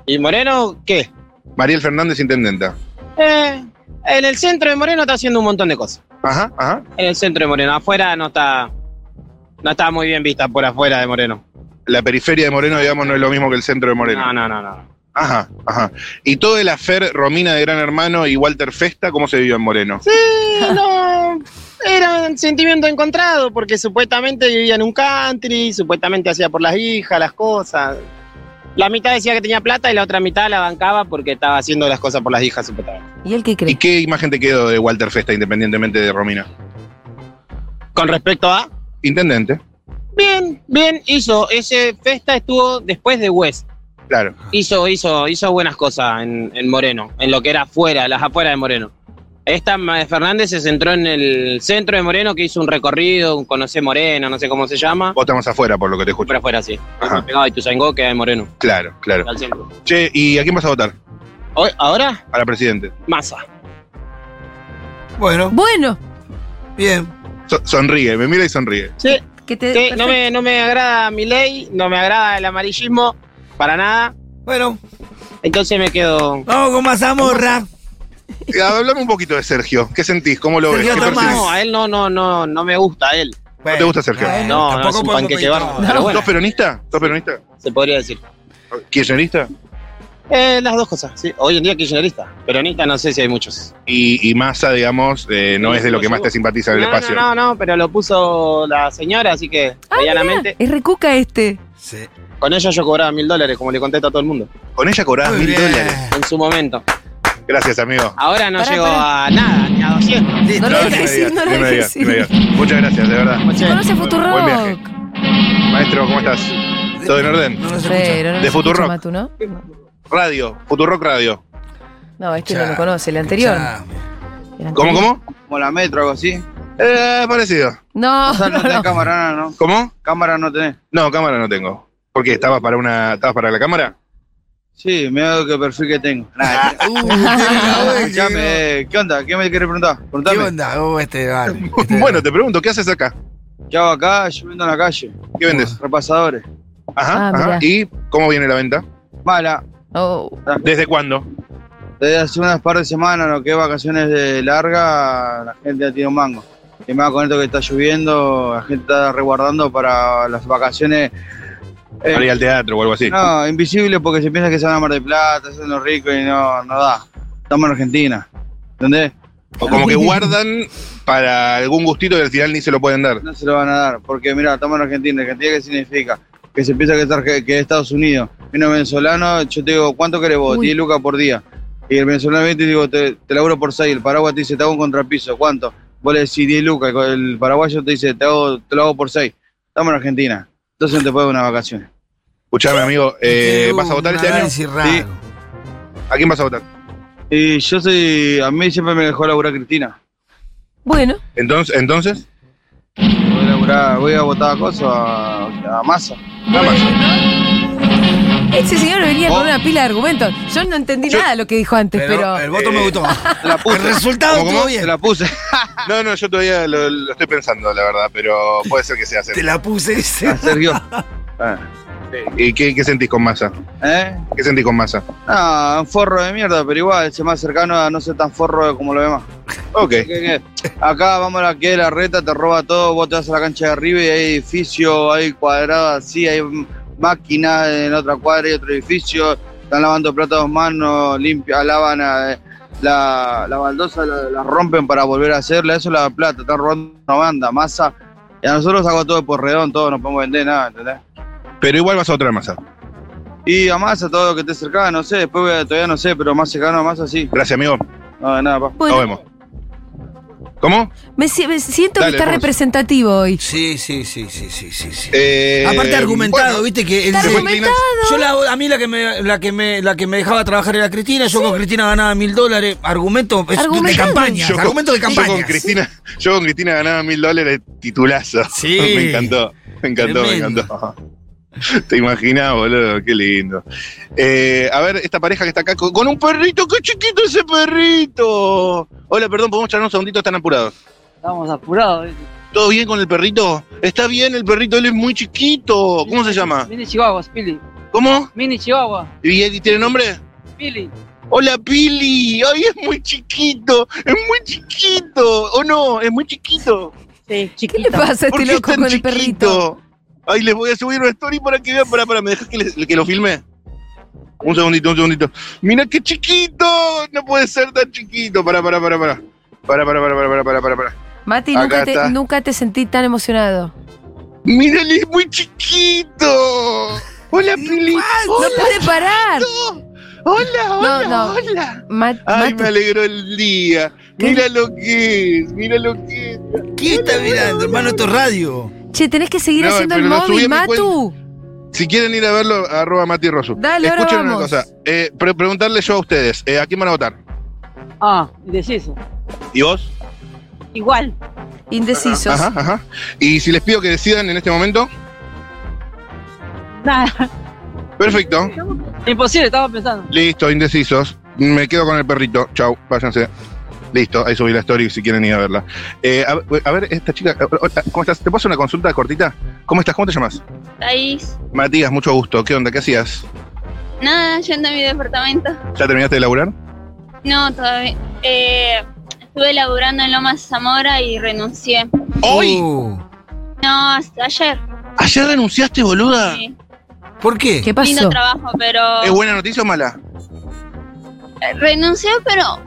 Speaker 13: ¿Y Moreno qué?
Speaker 4: Mariel Fernández, intendenta.
Speaker 13: Eh, en el centro de Moreno está haciendo un montón de cosas.
Speaker 4: Ajá, ajá.
Speaker 13: En el centro de Moreno, afuera no está. No está muy bien vista por afuera de Moreno.
Speaker 4: La periferia de Moreno, digamos, no es lo mismo que el centro de Moreno.
Speaker 13: No, no, no, no.
Speaker 4: Ajá, ajá. ¿Y todo el afer Romina de Gran Hermano y Walter Festa, cómo se vivió en Moreno?
Speaker 13: Sí, no. Era un sentimiento encontrado porque supuestamente vivía en un country, supuestamente hacía por las hijas, las cosas. La mitad decía que tenía plata y la otra mitad la bancaba porque estaba haciendo las cosas por las hijas, supuestamente.
Speaker 1: ¿Y él qué
Speaker 4: ¿Y
Speaker 1: cree?
Speaker 4: qué imagen te quedó de Walter Festa, independientemente de Romina?
Speaker 13: Con respecto a.
Speaker 4: Intendente,
Speaker 13: Bien, bien, hizo. Ese festa estuvo después de West.
Speaker 4: claro.
Speaker 13: Hizo, hizo, hizo buenas cosas en, en Moreno, en lo que era afuera, las afueras de Moreno. Esta Ma- de Fernández se centró en el centro de Moreno, que hizo un recorrido, un conoce Moreno, no sé cómo se llama.
Speaker 4: Vos estás más afuera, por lo que te escucho.
Speaker 13: Pero afuera, sí.
Speaker 4: Ajá.
Speaker 13: Pegado a Ituzaingó, que es de Moreno.
Speaker 4: Claro, claro.
Speaker 13: al centro.
Speaker 4: Che, ¿y a quién vas a votar?
Speaker 13: Hoy- ahora,
Speaker 4: A la presidente.
Speaker 13: masa.
Speaker 2: Bueno,
Speaker 1: Bueno,
Speaker 2: bien.
Speaker 4: So- sonríe, me mira y sonríe.
Speaker 13: Sí,
Speaker 1: que te.
Speaker 13: sí, no, me, no me agrada mi ley, no me agrada el amarillismo, para nada.
Speaker 2: Bueno,
Speaker 13: Entonces me
Speaker 1: Ah,
Speaker 13: quedo.
Speaker 2: vamos con mazamorra.
Speaker 4: Eh, Hablame un poquito de Sergio. ¿Qué sentís? ¿Cómo lo ves?
Speaker 2: Sergio
Speaker 4: ¿Qué
Speaker 2: Tomás.
Speaker 4: percibís?
Speaker 13: No, a él no, no, no, no me gusta a él.
Speaker 2: Bueno,
Speaker 4: te gusta Sergio?
Speaker 2: bueno,
Speaker 13: No, no, es
Speaker 2: tampoco
Speaker 13: un
Speaker 2: podemos
Speaker 13: panqueque
Speaker 2: pedir
Speaker 13: bárbaro.
Speaker 2: todo.
Speaker 13: Pero bueno.
Speaker 4: ¿Sos peronista? ¿Sos peronista?
Speaker 13: Se podría decir.
Speaker 4: ¿Kirchnerista?
Speaker 13: Eh, las dos cosas, sí. Hoy en día kirchnerista. Peronista no sé si hay muchos.
Speaker 4: Y, y Massa, digamos, eh, no es de lo que más te simpatiza en el
Speaker 13: no,
Speaker 4: espacio.
Speaker 13: No, no, no, pero lo puso la señora, así que medianamente.
Speaker 1: Ah, Es recuca este.
Speaker 2: Sí.
Speaker 13: Con ella yo cobraba mil dólares, como le contesta a todo el mundo,
Speaker 4: Con ella cobrás
Speaker 2: Muy
Speaker 4: mil
Speaker 2: bien.
Speaker 4: dólares.
Speaker 13: en su momento.
Speaker 4: Gracias, amigo.
Speaker 13: Ahora no
Speaker 1: Pará,
Speaker 13: llego
Speaker 1: pará.
Speaker 13: a nada, ni a 200.
Speaker 1: No
Speaker 2: Listo.
Speaker 1: lo
Speaker 4: ni me
Speaker 1: dejes decir,
Speaker 4: digas,
Speaker 1: no lo
Speaker 4: ni me
Speaker 1: dejes
Speaker 4: digas, ni me
Speaker 1: decir.
Speaker 4: digas. Muchas gracias, de verdad.
Speaker 13: Oye,
Speaker 1: Conoce Futurock.
Speaker 4: viaje. Maestro, ¿cómo estás? ¿Todo en orden?
Speaker 2: No nos escucha.
Speaker 1: Pero no
Speaker 4: De
Speaker 1: se escucha
Speaker 4: Futurock.
Speaker 1: Matu, ¿no?
Speaker 4: Radio, Futurock Radio.
Speaker 1: No, este no lo conoce, el anterior. El anterior.
Speaker 4: ¿Cómo, cómo?
Speaker 14: Como la metro, algo así.
Speaker 4: Eh, parecido.
Speaker 1: No,
Speaker 14: O sea, no,
Speaker 1: no,
Speaker 14: tenés
Speaker 1: no.
Speaker 14: cámara, no, no.
Speaker 4: ¿Cómo?
Speaker 14: Cámara no tenés.
Speaker 4: No, cámara no tengo. ¿Por qué? ¿Estabas para una. ¿Estabas para la cámara?
Speaker 14: Sí, me hago que perfil que tengo. Nah,
Speaker 4: eh,
Speaker 14: escuchame, ¿qué onda? ¿Qué Oh, me querés preguntar? Preguntame.
Speaker 2: ¿Qué onda? este,
Speaker 4: bueno, te pregunto, ¿qué haces acá?
Speaker 14: Yo hago acá, yo vendo en la calle.
Speaker 4: ¿Qué vendes?
Speaker 14: Repasadores.
Speaker 4: Ajá,
Speaker 1: Ah,
Speaker 4: ajá.
Speaker 1: mirá.
Speaker 4: ¿Y cómo viene la venta? Ah.
Speaker 14: Mala.
Speaker 1: Oh.
Speaker 4: ¿Desde cuándo?
Speaker 14: Desde hace unas par de semanas, lo que es vacaciones de larga, la gente ya tiene un mango. Y más con esto que está lloviendo, la gente está reguardando para las vacaciones. eh,
Speaker 4: Para ir al teatro o algo así.
Speaker 14: No, invisible porque se piensa que se van a Mar del Plata, son los ricos y no, no da. Estamos en Argentina. ¿Entendés?
Speaker 4: O como que guardan para algún gustito y al final ni se lo pueden dar.
Speaker 14: No se lo van a dar, porque mira, estamos en Argentina. ¿Argentina qué significa? Que se piensa que es, Arge- que es Estados Unidos. Vino un venezolano, yo te digo, ¿cuánto querés vos? 10 lucas por día. Y el venezolano viene y te digo, te, te laburo por 6. El paraguas te dice, te hago un contrapiso, ¿cuánto? Vos le decís 10 lucas, y con el paraguayo te dice, te, hago, te lo hago por 6. Estamos en Argentina. Entonces no te puedes dar una vacación.
Speaker 4: Escuchame, amigo, eh,
Speaker 2: Tiene
Speaker 4: ¿vas a
Speaker 2: un
Speaker 4: votar este año?
Speaker 2: análisis raro.
Speaker 14: Sí.
Speaker 4: ¿A quién vas a votar?
Speaker 14: Y yo soy, a mí siempre me dejó laburar Cristina.
Speaker 1: Bueno,
Speaker 4: Entonces, entonces,
Speaker 14: Voy a laburar, voy a votar a Coso, a, a Massa.
Speaker 4: nada más.
Speaker 1: ese señor venía
Speaker 14: Oh.
Speaker 1: con una pila de argumentos. Yo no entendí nada de lo que dijo antes, pero.
Speaker 2: Pero el voto me
Speaker 4: eh,
Speaker 2: gustó.
Speaker 14: Te la puse.
Speaker 2: El resultado
Speaker 4: ¿Cómo, cómo?
Speaker 2: estuvo
Speaker 14: Te
Speaker 2: bien.
Speaker 14: la puse.
Speaker 4: No, no, yo todavía lo, lo estoy pensando, la verdad, pero puede ser que sea
Speaker 2: Te
Speaker 4: Sergio.
Speaker 2: la puse
Speaker 14: A
Speaker 2: ese.
Speaker 14: Sergio. Ah,
Speaker 4: ¿Y qué, qué sentís con masa?
Speaker 14: ¿Eh?
Speaker 4: ¿Qué sentís con masa?
Speaker 14: Ah, un forro de mierda, pero igual, se más cercano a no ser tan forro como lo demás.
Speaker 4: Ok.
Speaker 14: Que- que Acá vamos a la que la reta, te roba todo, vos te vas a la cancha de arriba y hay edificio, hay cuadrados así, hay m- máquinas en otra cuadra y otro edificio, están lavando plata a dos manos, limpia, lavan eh, la, la baldosa, la, la rompen para volver a hacerla, eso es la plata, están robando una banda, masa, y a nosotros hago todo por redón, todo, no podemos vender nada, ¿entendés?
Speaker 4: Pero igual vas a votar a masa.
Speaker 14: Y a masa todo lo que esté cercano, no sé, después voy a- todavía no sé, pero más cercano a masa sí.
Speaker 4: Gracias, amigo.
Speaker 14: No, de nada, pa.
Speaker 1: Bueno,
Speaker 4: Nos vemos. ¿Cómo?
Speaker 1: me, si- me siento
Speaker 4: Dale,
Speaker 1: que está
Speaker 4: vamos.
Speaker 1: representativo hoy.
Speaker 2: Sí, sí, sí, sí, sí, sí. sí.
Speaker 4: Eh,
Speaker 2: Aparte argumentado,
Speaker 4: bueno,
Speaker 2: viste que
Speaker 1: Está
Speaker 2: se fue
Speaker 1: argumentado.
Speaker 2: inclinando. yo la- a mí la que me la que me la que me dejaba trabajar era Cristina, yo con Cristina ganaba mil dólares, argumento es de
Speaker 1: Argumentado.
Speaker 2: campaña,
Speaker 4: Yo con-
Speaker 2: argumento de
Speaker 4: Yo con
Speaker 2: campaña.
Speaker 4: Cristina, yo con Cristina ganaba mil dólares titulazo.
Speaker 2: Sí.
Speaker 4: Me encantó, me encantó, me
Speaker 2: Tremendo.
Speaker 4: encantó. Te imaginas, boludo, qué lindo. Eh, a ver, esta pareja que está acá con, con un perrito, qué chiquito ese perrito. Hola, perdón, podemos charlar un segundito, están apurados.
Speaker 6: Estamos apurados. ¿eh?
Speaker 4: ¿Todo bien con el perrito? Está bien el perrito, él es muy chiquito. ¿Cómo se llama?
Speaker 6: Mini Chihuahua, Pili.
Speaker 4: ¿Cómo?
Speaker 6: Mini Chihuahua,
Speaker 4: ¿Y él tiene nombre?
Speaker 6: Pili.
Speaker 4: Hola Pili, ay es muy chiquito, es muy chiquito, o no, es muy chiquito.
Speaker 6: Sí,
Speaker 1: ¿Qué le
Speaker 6: chiquita.
Speaker 1: pasa a
Speaker 4: ¿Por qué
Speaker 1: este
Speaker 4: es
Speaker 1: loco
Speaker 4: tan
Speaker 1: con el
Speaker 4: chiquito?
Speaker 1: perrito?
Speaker 4: Ay, les voy a subir una story para que vean. Pará, pará, ¿me dejas que, les- que lo filme? Un segundito, un segundito. ¡Mira qué chiquito! No puede ser tan chiquito. Pará, pará, pará, pará. Pará, pará, pará, pará, pará, pará, pará, pará.
Speaker 1: Mati,
Speaker 4: Acá
Speaker 1: nunca
Speaker 4: está.
Speaker 1: te, nunca te sentí tan emocionado.
Speaker 4: ¡Mira, él es muy chiquito! ¡Hola, Pili!
Speaker 1: ¡No
Speaker 4: ¡Hola!
Speaker 1: puede parar!
Speaker 4: ¡Hola, hola,
Speaker 1: No, no.
Speaker 4: hola!
Speaker 1: Ma-
Speaker 4: Ay,
Speaker 1: Mati,
Speaker 4: me alegró el día.
Speaker 1: ¿Qué?
Speaker 4: Mira lo que es, mira lo que es.
Speaker 2: ¿Qué está mirando, hermano? Esto es radio.
Speaker 1: Che, tenés que seguir
Speaker 4: No,
Speaker 1: haciendo el
Speaker 4: pero lo subí
Speaker 1: móvil,
Speaker 4: a mi
Speaker 1: Matu.
Speaker 4: Si quieren ir a verlo, arroba Mati Rosu.
Speaker 1: Dale, ahora
Speaker 4: Escuchen una
Speaker 1: vamos.
Speaker 4: cosa. eh, pre- preguntarle yo a ustedes, eh, ¿a quién van a votar?
Speaker 6: Ah, indeciso.
Speaker 4: ¿Y vos?
Speaker 6: Igual.
Speaker 1: Indecisos.
Speaker 4: Ajá, ajá. Y si les pido que decidan en este momento,
Speaker 6: Nada.
Speaker 4: perfecto.
Speaker 6: Imposible, estaba pensando.
Speaker 4: Listo, indecisos. Me quedo con el perrito. Chau, váyanse. Listo, ahí subí la story si quieren ir a verla. Eh, a, ver- a ver, esta chica, hola, ¿cómo estás? ¿Te paso una consulta cortita? ¿Cómo estás? ¿Cómo te llamas?
Speaker 15: País.
Speaker 4: Matías, mucho gusto. ¿Qué onda? ¿Qué hacías?
Speaker 15: Nada, yendo a mi departamento.
Speaker 4: ¿Ya terminaste de laburar?
Speaker 15: No, todavía. Eh, estuve laburando en Lomas Zamora y renuncié.
Speaker 4: ¡Hoy!
Speaker 2: Uh,
Speaker 15: No, hasta ayer.
Speaker 4: ¿Ayer renunciaste, boluda?
Speaker 15: sí.
Speaker 2: ¿Por qué?
Speaker 1: ¿Qué
Speaker 15: Lindo
Speaker 1: pasó?
Speaker 15: trabajo, pero.
Speaker 4: ¿Es buena noticia o mala?
Speaker 15: eh, Renuncié, pero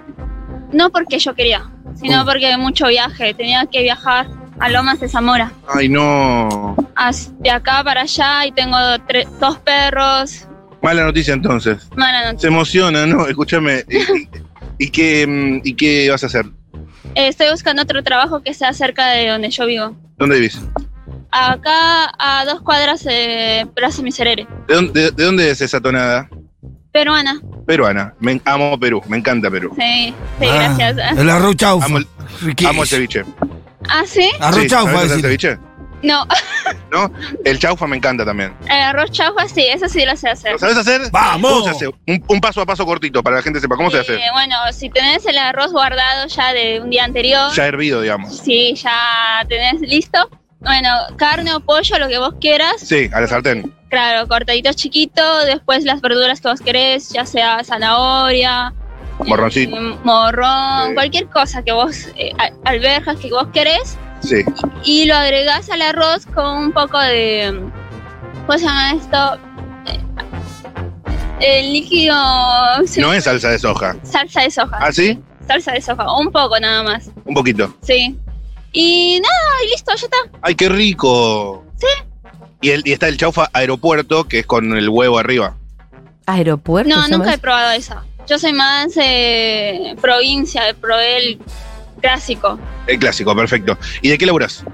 Speaker 15: no porque yo quería, sino
Speaker 4: Uh.
Speaker 15: porque mucho viaje. Tenía que viajar a Lomas de Zamora.
Speaker 4: Ay, no.
Speaker 15: As- De acá para allá y tengo tre- dos perros.
Speaker 4: Mala noticia entonces.
Speaker 15: Mala noche.
Speaker 4: Se emociona, ¿no? Escúchame. ¿Y, y- y qué, mm, ¿Y qué vas a hacer?
Speaker 15: Eh, estoy buscando otro trabajo que sea cerca de donde yo vivo.
Speaker 4: ¿Dónde vivís?
Speaker 15: Acá a dos cuadras de Plaza Miserere.
Speaker 4: ¿De dónde, de- de dónde es esa tonada?
Speaker 15: Peruana.
Speaker 4: peruana. Me amo Perú, me encanta Perú.
Speaker 15: Sí, sí, gracias. Ah,
Speaker 2: El arroz chaufa.
Speaker 4: Amo el, amo el ceviche.
Speaker 15: sí?
Speaker 2: Arroz
Speaker 4: Sí,
Speaker 2: chaufa,
Speaker 4: ¿sabes hacer
Speaker 2: decir.
Speaker 4: ceviche?
Speaker 15: No,
Speaker 4: ¿No? El chaufa me encanta también.
Speaker 15: el arroz chaufa sí, eso sí lo sé hacer.
Speaker 4: ¿Lo sabes hacer? ¡Vamos! ¿Cómo se hace? Un, un paso a paso cortito para que la gente sepa. ¿Cómo se hace?
Speaker 15: Eh, bueno, si tenés el arroz guardado ya de un día anterior,
Speaker 4: Ya hervido, digamos.
Speaker 15: sí, ya tenés listo. Bueno, carne o pollo, lo que vos quieras.
Speaker 4: Sí, a la sartén.
Speaker 15: Claro, cortadito chiquito, después las verduras que vos querés, ya sea zanahoria,
Speaker 4: Morroncito.
Speaker 15: mm, morrón, cualquier cosa que vos, eh, a- alberjas que vos querés,
Speaker 4: Sí.
Speaker 15: y lo agregás al arroz con un poco de, mm, ¿cómo se llama esto? Eh, El líquido... sí,
Speaker 4: No es salsa de soja.
Speaker 15: Salsa de soja.
Speaker 4: ¿Ah, sí?
Speaker 15: Salsa de soja, un poco nada más.
Speaker 4: Un poquito.
Speaker 15: Sí. Y nada, y listo, ya está.
Speaker 4: ¡Ay, qué rico! Sí. Y, el, y está el chaufa aeropuerto, que es con el huevo arriba.
Speaker 1: ¿Aeropuerto?
Speaker 15: No,
Speaker 1: se llama
Speaker 15: nunca he
Speaker 1: eso?
Speaker 15: probado esa. Yo soy más eh, provincia, probé el clásico.
Speaker 4: El clásico, perfecto. ¿Y de qué laburas?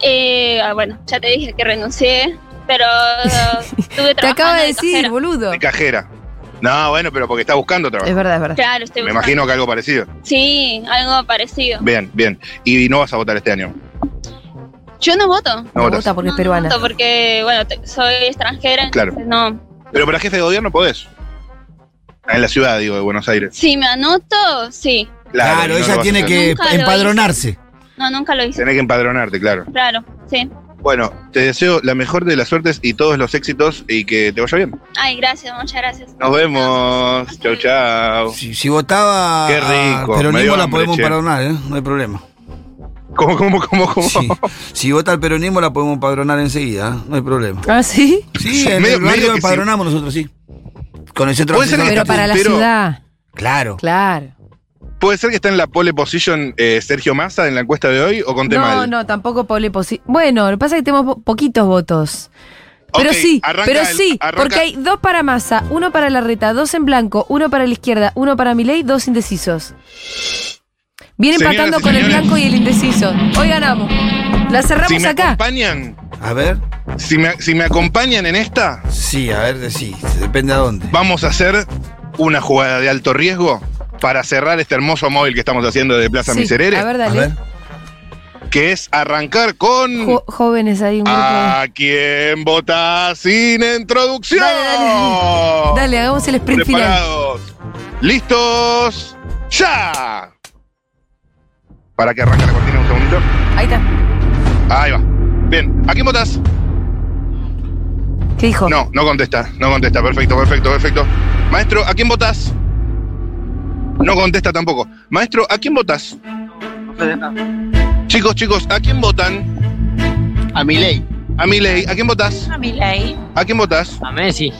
Speaker 15: Eh, ah, bueno, ya te dije que renuncié, pero tuve
Speaker 1: Te acaba de decir, boludo.
Speaker 4: De cajera. No, bueno, pero porque está buscando trabajo.
Speaker 1: verdad, es
Speaker 15: Claro, estoy buscando.
Speaker 4: Me imagino que algo parecido.
Speaker 15: Sí, algo parecido.
Speaker 4: Bien, bien. Y no vas a votar este año.
Speaker 15: Yo no voto.
Speaker 4: No votas. vota
Speaker 1: porque es
Speaker 15: No voto porque, bueno, te- soy extranjera.
Speaker 4: Ah, Claro.
Speaker 15: entonces No.
Speaker 4: Pero para jefe de gobierno podés. En la ciudad, digo, de Buenos Aires.
Speaker 15: Si me anoto, sí.
Speaker 2: Claro,
Speaker 4: no lo vas
Speaker 2: ella
Speaker 4: a
Speaker 2: tiene
Speaker 4: hacer.
Speaker 2: que
Speaker 15: Nunca lo
Speaker 2: empadronarse.
Speaker 15: No, nunca lo hice.
Speaker 4: Tenés que empadronarte, claro.
Speaker 15: Claro, sí.
Speaker 4: Bueno, te deseo la mejor de las suertes y todos los éxitos y que te vaya bien.
Speaker 15: Ay, gracias, muchas gracias.
Speaker 4: Nos vemos. Chau, chau.
Speaker 2: Si, si votaba.
Speaker 4: Qué rico,
Speaker 2: Ah, Pero
Speaker 4: me dio
Speaker 2: peronismo la
Speaker 4: hambre,
Speaker 2: podemos
Speaker 4: che.
Speaker 2: empadronar, ¿eh? No hay problema.
Speaker 4: ¿Cómo, cómo, cómo, cómo?
Speaker 2: Si vota el peronismo, la podemos empadronar enseguida, ¿eh? No hay problema.
Speaker 1: ¿Ah, sí?
Speaker 2: Sí, en
Speaker 4: Medio-
Speaker 2: el barrio
Speaker 4: medio que
Speaker 2: empadronamos nosotros, sí. Con el centro
Speaker 4: Puede ser
Speaker 2: de
Speaker 1: Pero para la
Speaker 4: Pero-
Speaker 1: ciudad.
Speaker 2: Claro.
Speaker 1: Claro.
Speaker 4: ¿Puede ser que está en la pole position eh, Sergio Massa en la encuesta de hoy o conté
Speaker 1: No,
Speaker 4: mal?
Speaker 1: no, tampoco Pablo Posi- Bueno, lo que pasa es que tenemos po- poquitos votos. Pero
Speaker 4: Ok,
Speaker 1: sí,
Speaker 4: arranca
Speaker 1: pero
Speaker 4: el-
Speaker 1: sí,
Speaker 4: arranca-
Speaker 1: porque hay dos para Massa, uno para la reta, dos en blanco, uno para la izquierda, uno para Milei, dos indecisos. Viene
Speaker 4: Señoras
Speaker 1: empatando
Speaker 4: y
Speaker 1: con el
Speaker 4: señores.
Speaker 1: blanco y el indeciso. Hoy ganamos. La
Speaker 4: Si
Speaker 1: cerramos
Speaker 4: me
Speaker 1: acá.
Speaker 4: acompañan,
Speaker 2: A ver.
Speaker 4: si me, si me acompañan en esta,
Speaker 2: Sí, a ver, sí. Depende a dónde.
Speaker 4: vamos a hacer una jugada de alto riesgo para cerrar este hermoso móvil que estamos haciendo de Plaza
Speaker 1: Sí,
Speaker 4: Miserere,
Speaker 1: a ver, dale.
Speaker 4: que es arrancar con
Speaker 1: Jo- jóvenes ahí, un grupo.
Speaker 4: ¿A quién vota sin introducción?
Speaker 1: Dale, Dale, hagamos el sprint final.
Speaker 4: Preparados. Listos. Ya. Para que arranque la cortina un segundito.
Speaker 1: Ahí está.
Speaker 4: Ahí va. Bien. ¿A quién votas?
Speaker 1: ¿Qué dijo?
Speaker 4: No, no contesta, no contesta. Perfecto, perfecto, perfecto. Maestro, ¿a quién votas? No contesta tampoco. Maestro, ¿a quién votas? Chicos, chicos, ¿a quién votan?
Speaker 13: A mi ley.
Speaker 4: A Milei, ¿a quién votas?
Speaker 9: A mi ley.
Speaker 4: ¿A quién votas?
Speaker 13: A Messi.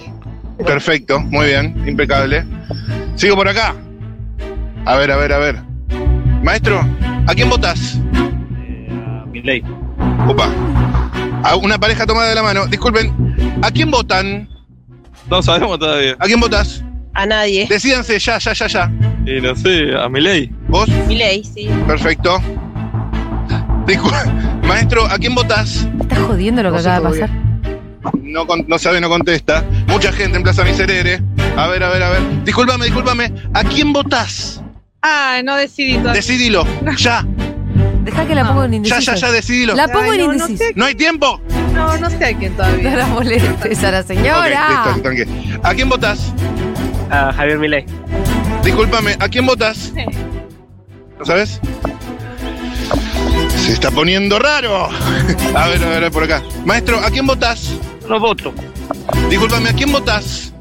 Speaker 4: Perfecto, muy bien, impecable. Sigo por acá. A ver, a ver, a ver. Maestro, ¿a quién votas?
Speaker 12: Milei.
Speaker 4: Opa. A una pareja tomada de la mano. Disculpen, ¿a quién votan?
Speaker 12: No sabemos todavía.
Speaker 4: ¿A quién votas?
Speaker 6: A nadie.
Speaker 4: Decídanse ya, ya, ya, ya.
Speaker 12: Y no sé, a Milei.
Speaker 4: ¿Vos?
Speaker 6: Mi ley, sí.
Speaker 4: Perfecto. Discul- Maestro, ¿a quién votas?
Speaker 1: Está jodiendo lo que
Speaker 10: No sé
Speaker 1: acaba de
Speaker 10: todavía.
Speaker 1: pasar.
Speaker 4: No, con- no sabe, no contesta. Mucha gente en Plaza Miserere. A ver, a ver, a ver. Discúlpame, discúlpame. ¿A quién votas?
Speaker 9: Ah, no decidí todavía.
Speaker 4: Decidilo. Ya,
Speaker 1: Deja que la pongo en
Speaker 4: ya,
Speaker 1: indeciso.
Speaker 4: ya, ya, decidilo.
Speaker 1: La pongo
Speaker 9: Ay,
Speaker 1: en
Speaker 9: no, no
Speaker 1: indeciso.
Speaker 9: sé.
Speaker 4: ¿No hay tiempo?
Speaker 9: No, no sé a quién todavía.
Speaker 1: No la molestes a la
Speaker 4: Ok,
Speaker 1: señora.
Speaker 4: listo, tranqui. ¿A quién votas?
Speaker 13: A Javier Milei.
Speaker 4: Discúlpame, ¿a quién votas? ¿No sabes? Se está poniendo raro. A ver, a ver, a ver, por acá. Maestro, ¿a quién votas?
Speaker 13: No voto.
Speaker 4: Discúlpame, ¿a quién votas?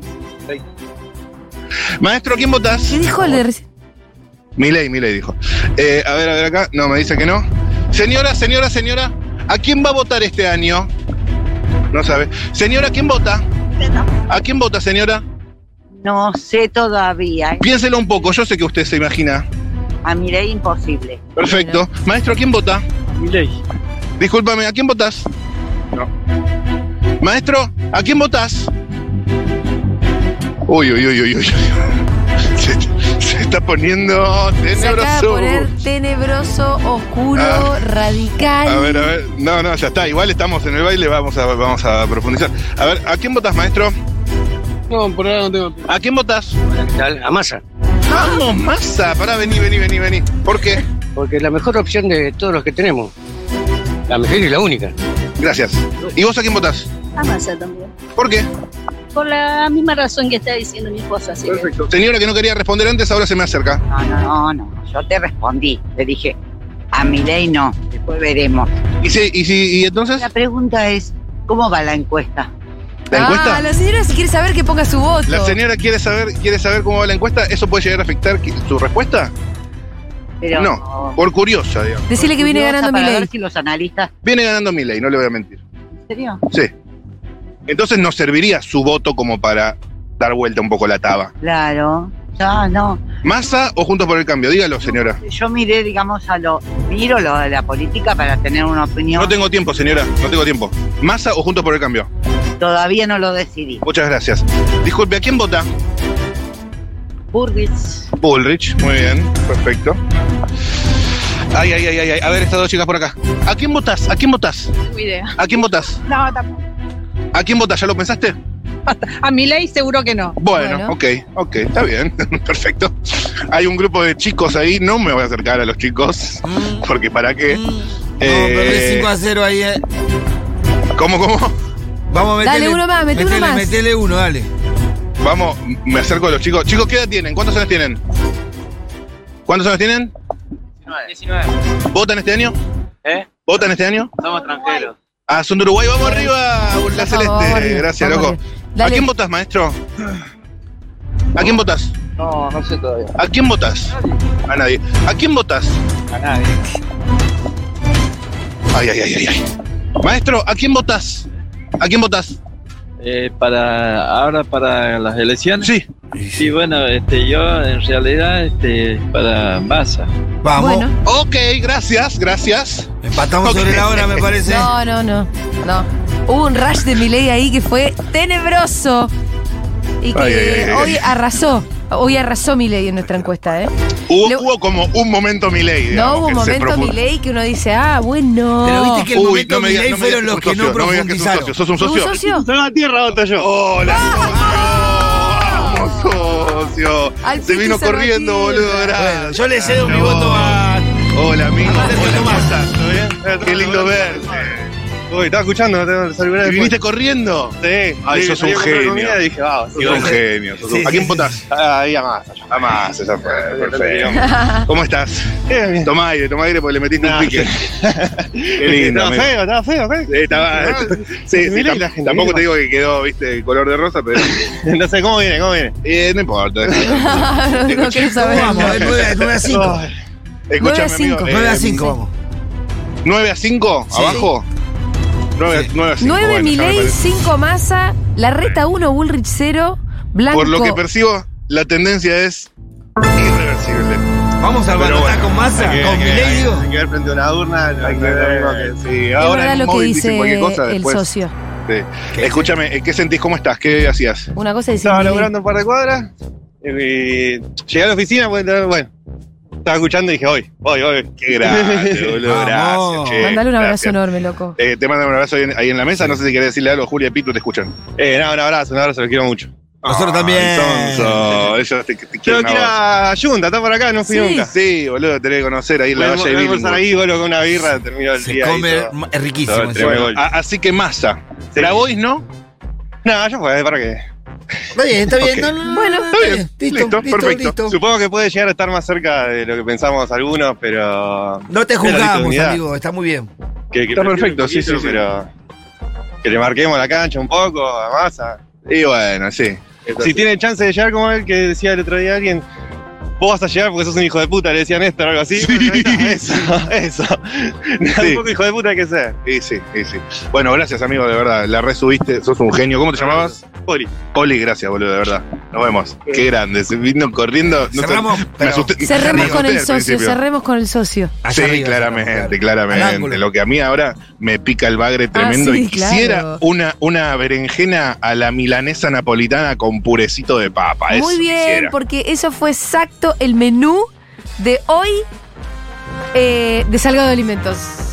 Speaker 4: Maestro, ¿a quién votas?
Speaker 1: ¿Qué dijo el de reci-
Speaker 4: Milei, Milei dijo. Eh, a ver, a ver acá. No, me dice que no. Señora, señora, señora, ¿a quién va a votar este año? No sabe. Señora, ¿a quién vota? ¿A quién vota, señora?
Speaker 16: No sé todavía. ¿eh?
Speaker 4: Piénselo un poco, yo sé que usted se imagina.
Speaker 16: A mi ley imposible.
Speaker 4: Perfecto. Maestro, ¿a quién vota?
Speaker 12: Milei.
Speaker 4: Discúlpame, ¿a quién votas? No. Maestro, ¿a quién votas? Uy, uy, uy, uy, uy. uy. Se, se está poniendo
Speaker 1: Se acaba de
Speaker 4: tenebroso.
Speaker 1: poner tenebroso, oscuro,
Speaker 4: Ah.
Speaker 1: radical.
Speaker 4: A ver, a ver. No, no, ya está. Igual estamos en el baile, vamos a, vamos a profundizar. A ver, ¿a quién votas, maestro?
Speaker 12: No, por ahora no tengo.
Speaker 4: ¿A quién votás?
Speaker 17: A Massa.
Speaker 4: Vamos, masa. Pará, vení, vení, vení, vení. ¿Por qué?
Speaker 17: Porque es la mejor opción de todos los que tenemos. La mejor y la única.
Speaker 4: Gracias. ¿Y vos a quién votás?
Speaker 9: A Massa también.
Speaker 4: ¿Por qué?
Speaker 9: Por la misma razón que está diciendo mi esposa. así que-
Speaker 4: Señora que no quería responder antes, ahora se me acerca.
Speaker 16: Ah, No, no, no, no. Yo te respondí. Le dije, a mi ley no. Después veremos.
Speaker 4: ¿Y, y, entonces?
Speaker 16: La pregunta es, ¿cómo va la encuesta?
Speaker 4: ¿La encuesta?
Speaker 1: Ah, la señora si quiere saber que ponga su voto.
Speaker 4: La señora quiere saber, quiere saber cómo va la encuesta. ¿Eso puede llegar a afectar qui- su respuesta?
Speaker 16: Pero-
Speaker 4: no, por curiosa, digamos.
Speaker 1: Decirle que viene
Speaker 16: Curiosa
Speaker 1: ganando
Speaker 16: para
Speaker 1: Milei.
Speaker 16: ver si los analistas...
Speaker 4: Viene ganando mi ley, no le voy a mentir.
Speaker 16: ¿En serio?
Speaker 4: Sí. Entonces nos serviría su voto como para dar vuelta un poco la taba.
Speaker 16: Claro. Ya, no.
Speaker 4: ¿Masa o Juntos por el Cambio? Dígalo, señora.
Speaker 16: Yo miré, digamos, a lo... Miro lo de la política para tener una opinión.
Speaker 4: No tengo tiempo, señora, no tengo tiempo. ¿Masa o Juntos por el Cambio?
Speaker 16: Todavía no lo decidí.
Speaker 4: Muchas gracias. Disculpe, ¿a quién vota?
Speaker 16: Burgess.
Speaker 4: Bullrich, muy bien, perfecto. Ay, ay, ay, ay, ay. A ver, estas dos chicas por acá. ¿A quién votas? ¿A quién votas?
Speaker 9: Tengo idea.
Speaker 4: ¿A quién votas?
Speaker 9: No, tampoco.
Speaker 4: ¿A quién votas? ¿Ya lo pensaste?
Speaker 9: A mi ley seguro que no.
Speaker 4: Bueno, ok, ok, está bien, perfecto. Hay un grupo de chicos ahí, no me voy a acercar a los chicos,
Speaker 2: Mm.
Speaker 4: porque para qué. Eh,
Speaker 2: Perdés 5 a 0 ahí, eh.
Speaker 4: ¿Cómo, cómo?
Speaker 2: Vamos a
Speaker 1: Dale, uno más, mete uno
Speaker 2: metele,
Speaker 1: más.
Speaker 2: Metele uno, dale.
Speaker 4: Vamos, me acerco a los chicos. Chicos, ¿qué edad tienen? ¿Cuántos años tienen? ¿Cuántos años tienen?
Speaker 17: 19.
Speaker 4: ¿Votan este año?
Speaker 17: ¿Eh?
Speaker 4: ¿Votan este año?
Speaker 17: Somos tranqueros.
Speaker 4: Ah, son de Uruguay, vamos arriba, la celeste.
Speaker 17: arriba,
Speaker 4: Gracias,
Speaker 17: vamos
Speaker 4: loco. ¿A quién votas, maestro? ¿A quién votas?
Speaker 17: No, no sé todavía.
Speaker 4: ¿A quién votas? A nadie. ¿A quién votas?
Speaker 17: A nadie.
Speaker 4: Ay, ay, ay, ay, ay. Maestro, ¿a quién votas? ¿A quién votas?
Speaker 17: Eh, para ahora para las elecciones.
Speaker 4: Sí.
Speaker 17: Sí, bueno, este, yo en realidad este, para Massa.
Speaker 2: Vamos.
Speaker 4: Ok, gracias, gracias.
Speaker 2: Empatamos sobre la hora, me parece.
Speaker 1: No, no, no. No. Hubo un rush de Milei ahí que fue tenebroso. Y que
Speaker 4: Ay, ay, ay,
Speaker 1: hoy
Speaker 4: ay.
Speaker 1: arrasó. Hoy arrasó Milei en nuestra encuesta, ¿eh?
Speaker 4: Hubo, hubo como un momento Milei. digamos,
Speaker 1: no hubo un
Speaker 4: que se
Speaker 1: momento
Speaker 4: propuso.
Speaker 1: Milei que uno dice, ah, bueno.
Speaker 2: Pero viste que el
Speaker 4: Uy,
Speaker 2: momento
Speaker 4: no me digas-
Speaker 2: Milei
Speaker 4: no me
Speaker 2: fueron
Speaker 4: digas
Speaker 2: los
Speaker 4: que
Speaker 2: que
Speaker 4: sos
Speaker 2: no
Speaker 4: socio, no me digas que sos socio,
Speaker 2: profundizaron.
Speaker 4: sos un
Speaker 1: ¿Sos
Speaker 4: socio.
Speaker 1: socio?
Speaker 12: Soy la tierra, voto yo.
Speaker 4: Hola, socio. Vamos, socio.
Speaker 1: Al
Speaker 4: Se
Speaker 1: fin
Speaker 4: vino
Speaker 1: te salvaste.
Speaker 4: corriendo, boludo. Gracias.
Speaker 2: Yo le cedo mi voto a.
Speaker 4: Hola, amigo.
Speaker 2: Aparte,
Speaker 4: Hola,
Speaker 2: Tomás.
Speaker 4: ¿cómo estás? ¿Todo bien? Qué lindo verte.
Speaker 12: Uy, estaba escuchando, tengo el celular.
Speaker 4: ¿Y
Speaker 12: después.
Speaker 4: viniste corriendo?
Speaker 12: Sí.
Speaker 4: Ay,
Speaker 12: Sí,
Speaker 4: sos
Speaker 12: salí
Speaker 4: un
Speaker 12: a comprar
Speaker 4: genio.
Speaker 12: comida y dije, ah, vamos.
Speaker 4: Sos un genio. sos un-
Speaker 2: Sí,
Speaker 4: ¿A quién
Speaker 2: sí,
Speaker 4: votás?
Speaker 12: Ahí a más.
Speaker 4: A más, esa fue. Perfecto.
Speaker 12: Bien.
Speaker 4: ¿Cómo estás? Toma aire, toma aire porque le metiste un
Speaker 12: No,
Speaker 4: pique. Qué lindo.
Speaker 12: Estaba
Speaker 4: amigo.
Speaker 12: feo, estaba feo, feo.
Speaker 4: Sí, estaba-
Speaker 12: Ah,
Speaker 4: sí, sí,
Speaker 12: mira, y
Speaker 4: tam-
Speaker 12: la gente,
Speaker 4: tampoco
Speaker 12: mira.
Speaker 4: te digo que quedó, viste, color de rosa, pero.
Speaker 12: No sé, ¿cómo viene? ¿Cómo viene?
Speaker 4: Eh, no importa.
Speaker 1: no, no quiero saber.
Speaker 2: Vamos, de 9 a, 9 a 5.
Speaker 12: Ay,
Speaker 1: Nueve a
Speaker 4: Escúchame,
Speaker 1: cinco.
Speaker 4: amigo. eh,
Speaker 2: 9 a 5, vamos.
Speaker 4: 9 a 5,
Speaker 2: Sí.
Speaker 4: abajo. 9, a 5.
Speaker 1: 9 Milei, 5 Massa, la reta 1 Bullrich 0, Blanco.
Speaker 4: Por lo que percibo, la tendencia es irreversible.
Speaker 2: Vamos al
Speaker 4: Pero
Speaker 2: batalla
Speaker 4: bueno,
Speaker 2: con masa,
Speaker 4: hay que-
Speaker 2: con
Speaker 4: hay que-
Speaker 2: Milei, digo.
Speaker 12: Hay que ver frente a una urna. no hay que ver lo mismo que-
Speaker 4: Sí,
Speaker 1: es
Speaker 4: ahora
Speaker 1: verdad
Speaker 4: en
Speaker 1: lo que
Speaker 4: móvil dicen
Speaker 1: dice
Speaker 4: cualquier cosa,
Speaker 1: el
Speaker 4: después.
Speaker 1: socio.
Speaker 4: Sí. Escúchame, eh, ¿qué sentís? ¿Cómo estás? ¿Qué hacías?
Speaker 1: Una cosa es decir.
Speaker 12: Estaba
Speaker 1: Milei.
Speaker 12: logrando un par de cuadras. eh, llegué a la oficina, bueno, bueno, estaba escuchando y dije, hoy, hoy, hoy.
Speaker 4: Qué grande, boludo.
Speaker 2: Vamos.
Speaker 4: Gracias, che.
Speaker 1: Eh, Mandale un abrazo
Speaker 4: gracias.
Speaker 1: enorme, loco.
Speaker 4: Eh, te mandan un abrazo ahí en, ahí en la mesa. No sé si querés decirle algo, Julia y Pitu, te escuchan.
Speaker 12: Eh, no, un abrazo, un abrazo, los quiero mucho.
Speaker 2: Nosotros también.
Speaker 4: Ay, Sonso, ellos te, te
Speaker 12: Yo
Speaker 4: quieren
Speaker 12: lo quiero
Speaker 4: a vos.
Speaker 12: a Yunda, está por acá, Ah. no fui
Speaker 1: Sí.
Speaker 12: nunca.
Speaker 4: Sí, boludo, tenés que conocer ahí en la
Speaker 12: Vamos
Speaker 4: Valle
Speaker 12: a
Speaker 4: de
Speaker 12: almorzar
Speaker 4: Bilingüe.
Speaker 12: ahí, vuelvo con una birra, termino el
Speaker 2: Se
Speaker 12: día. ahí
Speaker 2: come
Speaker 12: todo.
Speaker 2: ma- es riquísimo.
Speaker 12: Todo,
Speaker 2: encima.
Speaker 12: tremendo.
Speaker 4: Bueno, a- así que masa.
Speaker 12: Sí.
Speaker 4: ¿La voy, no?
Speaker 12: No, ya fue, ¿para qué?
Speaker 2: Está bien, está bien.
Speaker 4: Ok.
Speaker 2: No, no, no,
Speaker 1: Bueno.
Speaker 2: no,
Speaker 4: Está bien. Listo, perfecto.
Speaker 2: listo.
Speaker 12: Supongo que puede llegar a estar más cerca de lo que pensamos algunos, pero.
Speaker 2: No te
Speaker 12: Es la
Speaker 2: juzgamos,
Speaker 12: oportunidad.
Speaker 2: amigo. Está muy bien.
Speaker 12: Que, que
Speaker 4: Está
Speaker 12: prefiero
Speaker 4: perfecto,
Speaker 12: un
Speaker 4: sí,
Speaker 12: poquito,
Speaker 4: sí, sí.
Speaker 12: Pero que le marquemos la cancha un poco, a Massa.
Speaker 4: Y bueno, sí.
Speaker 12: Si tiene chance de llegar como él, que decía el otro día alguien, vos vas a llegar porque sos un hijo de puta, le decían esto o algo así. Bueno, Eso, eso. Un poco hijo de puta hay que ser.
Speaker 4: Sí, sí, sí, sí. Bueno, gracias, amigo, de verdad. La resubiste, sos un genio. ¿Cómo te llamabas?
Speaker 12: Poli.
Speaker 4: Poli, gracias, boludo, de verdad. Nos vemos. Qué grande. Se vino corriendo. No sé,
Speaker 2: Cerramos,
Speaker 4: me
Speaker 2: pero-
Speaker 4: asusté. me
Speaker 1: Cerremos
Speaker 4: asusté
Speaker 1: con el
Speaker 4: al
Speaker 1: socio,
Speaker 4: principio.
Speaker 1: cerremos con el socio.
Speaker 4: Sí,
Speaker 2: Allá arriba,
Speaker 4: claramente,
Speaker 2: claro. Al ángulo.
Speaker 4: claramente. Lo que a mí ahora me pica el bagre tremendo
Speaker 1: Ah, sí,
Speaker 4: y quisiera
Speaker 1: claro.
Speaker 4: una, una berenjena a la milanesa napolitana con purecito de papa.
Speaker 1: Muy
Speaker 4: eso
Speaker 1: bien,
Speaker 4: quisiera.
Speaker 1: porque eso fue exacto el menú de hoy eh, de Salgado de Alimentos.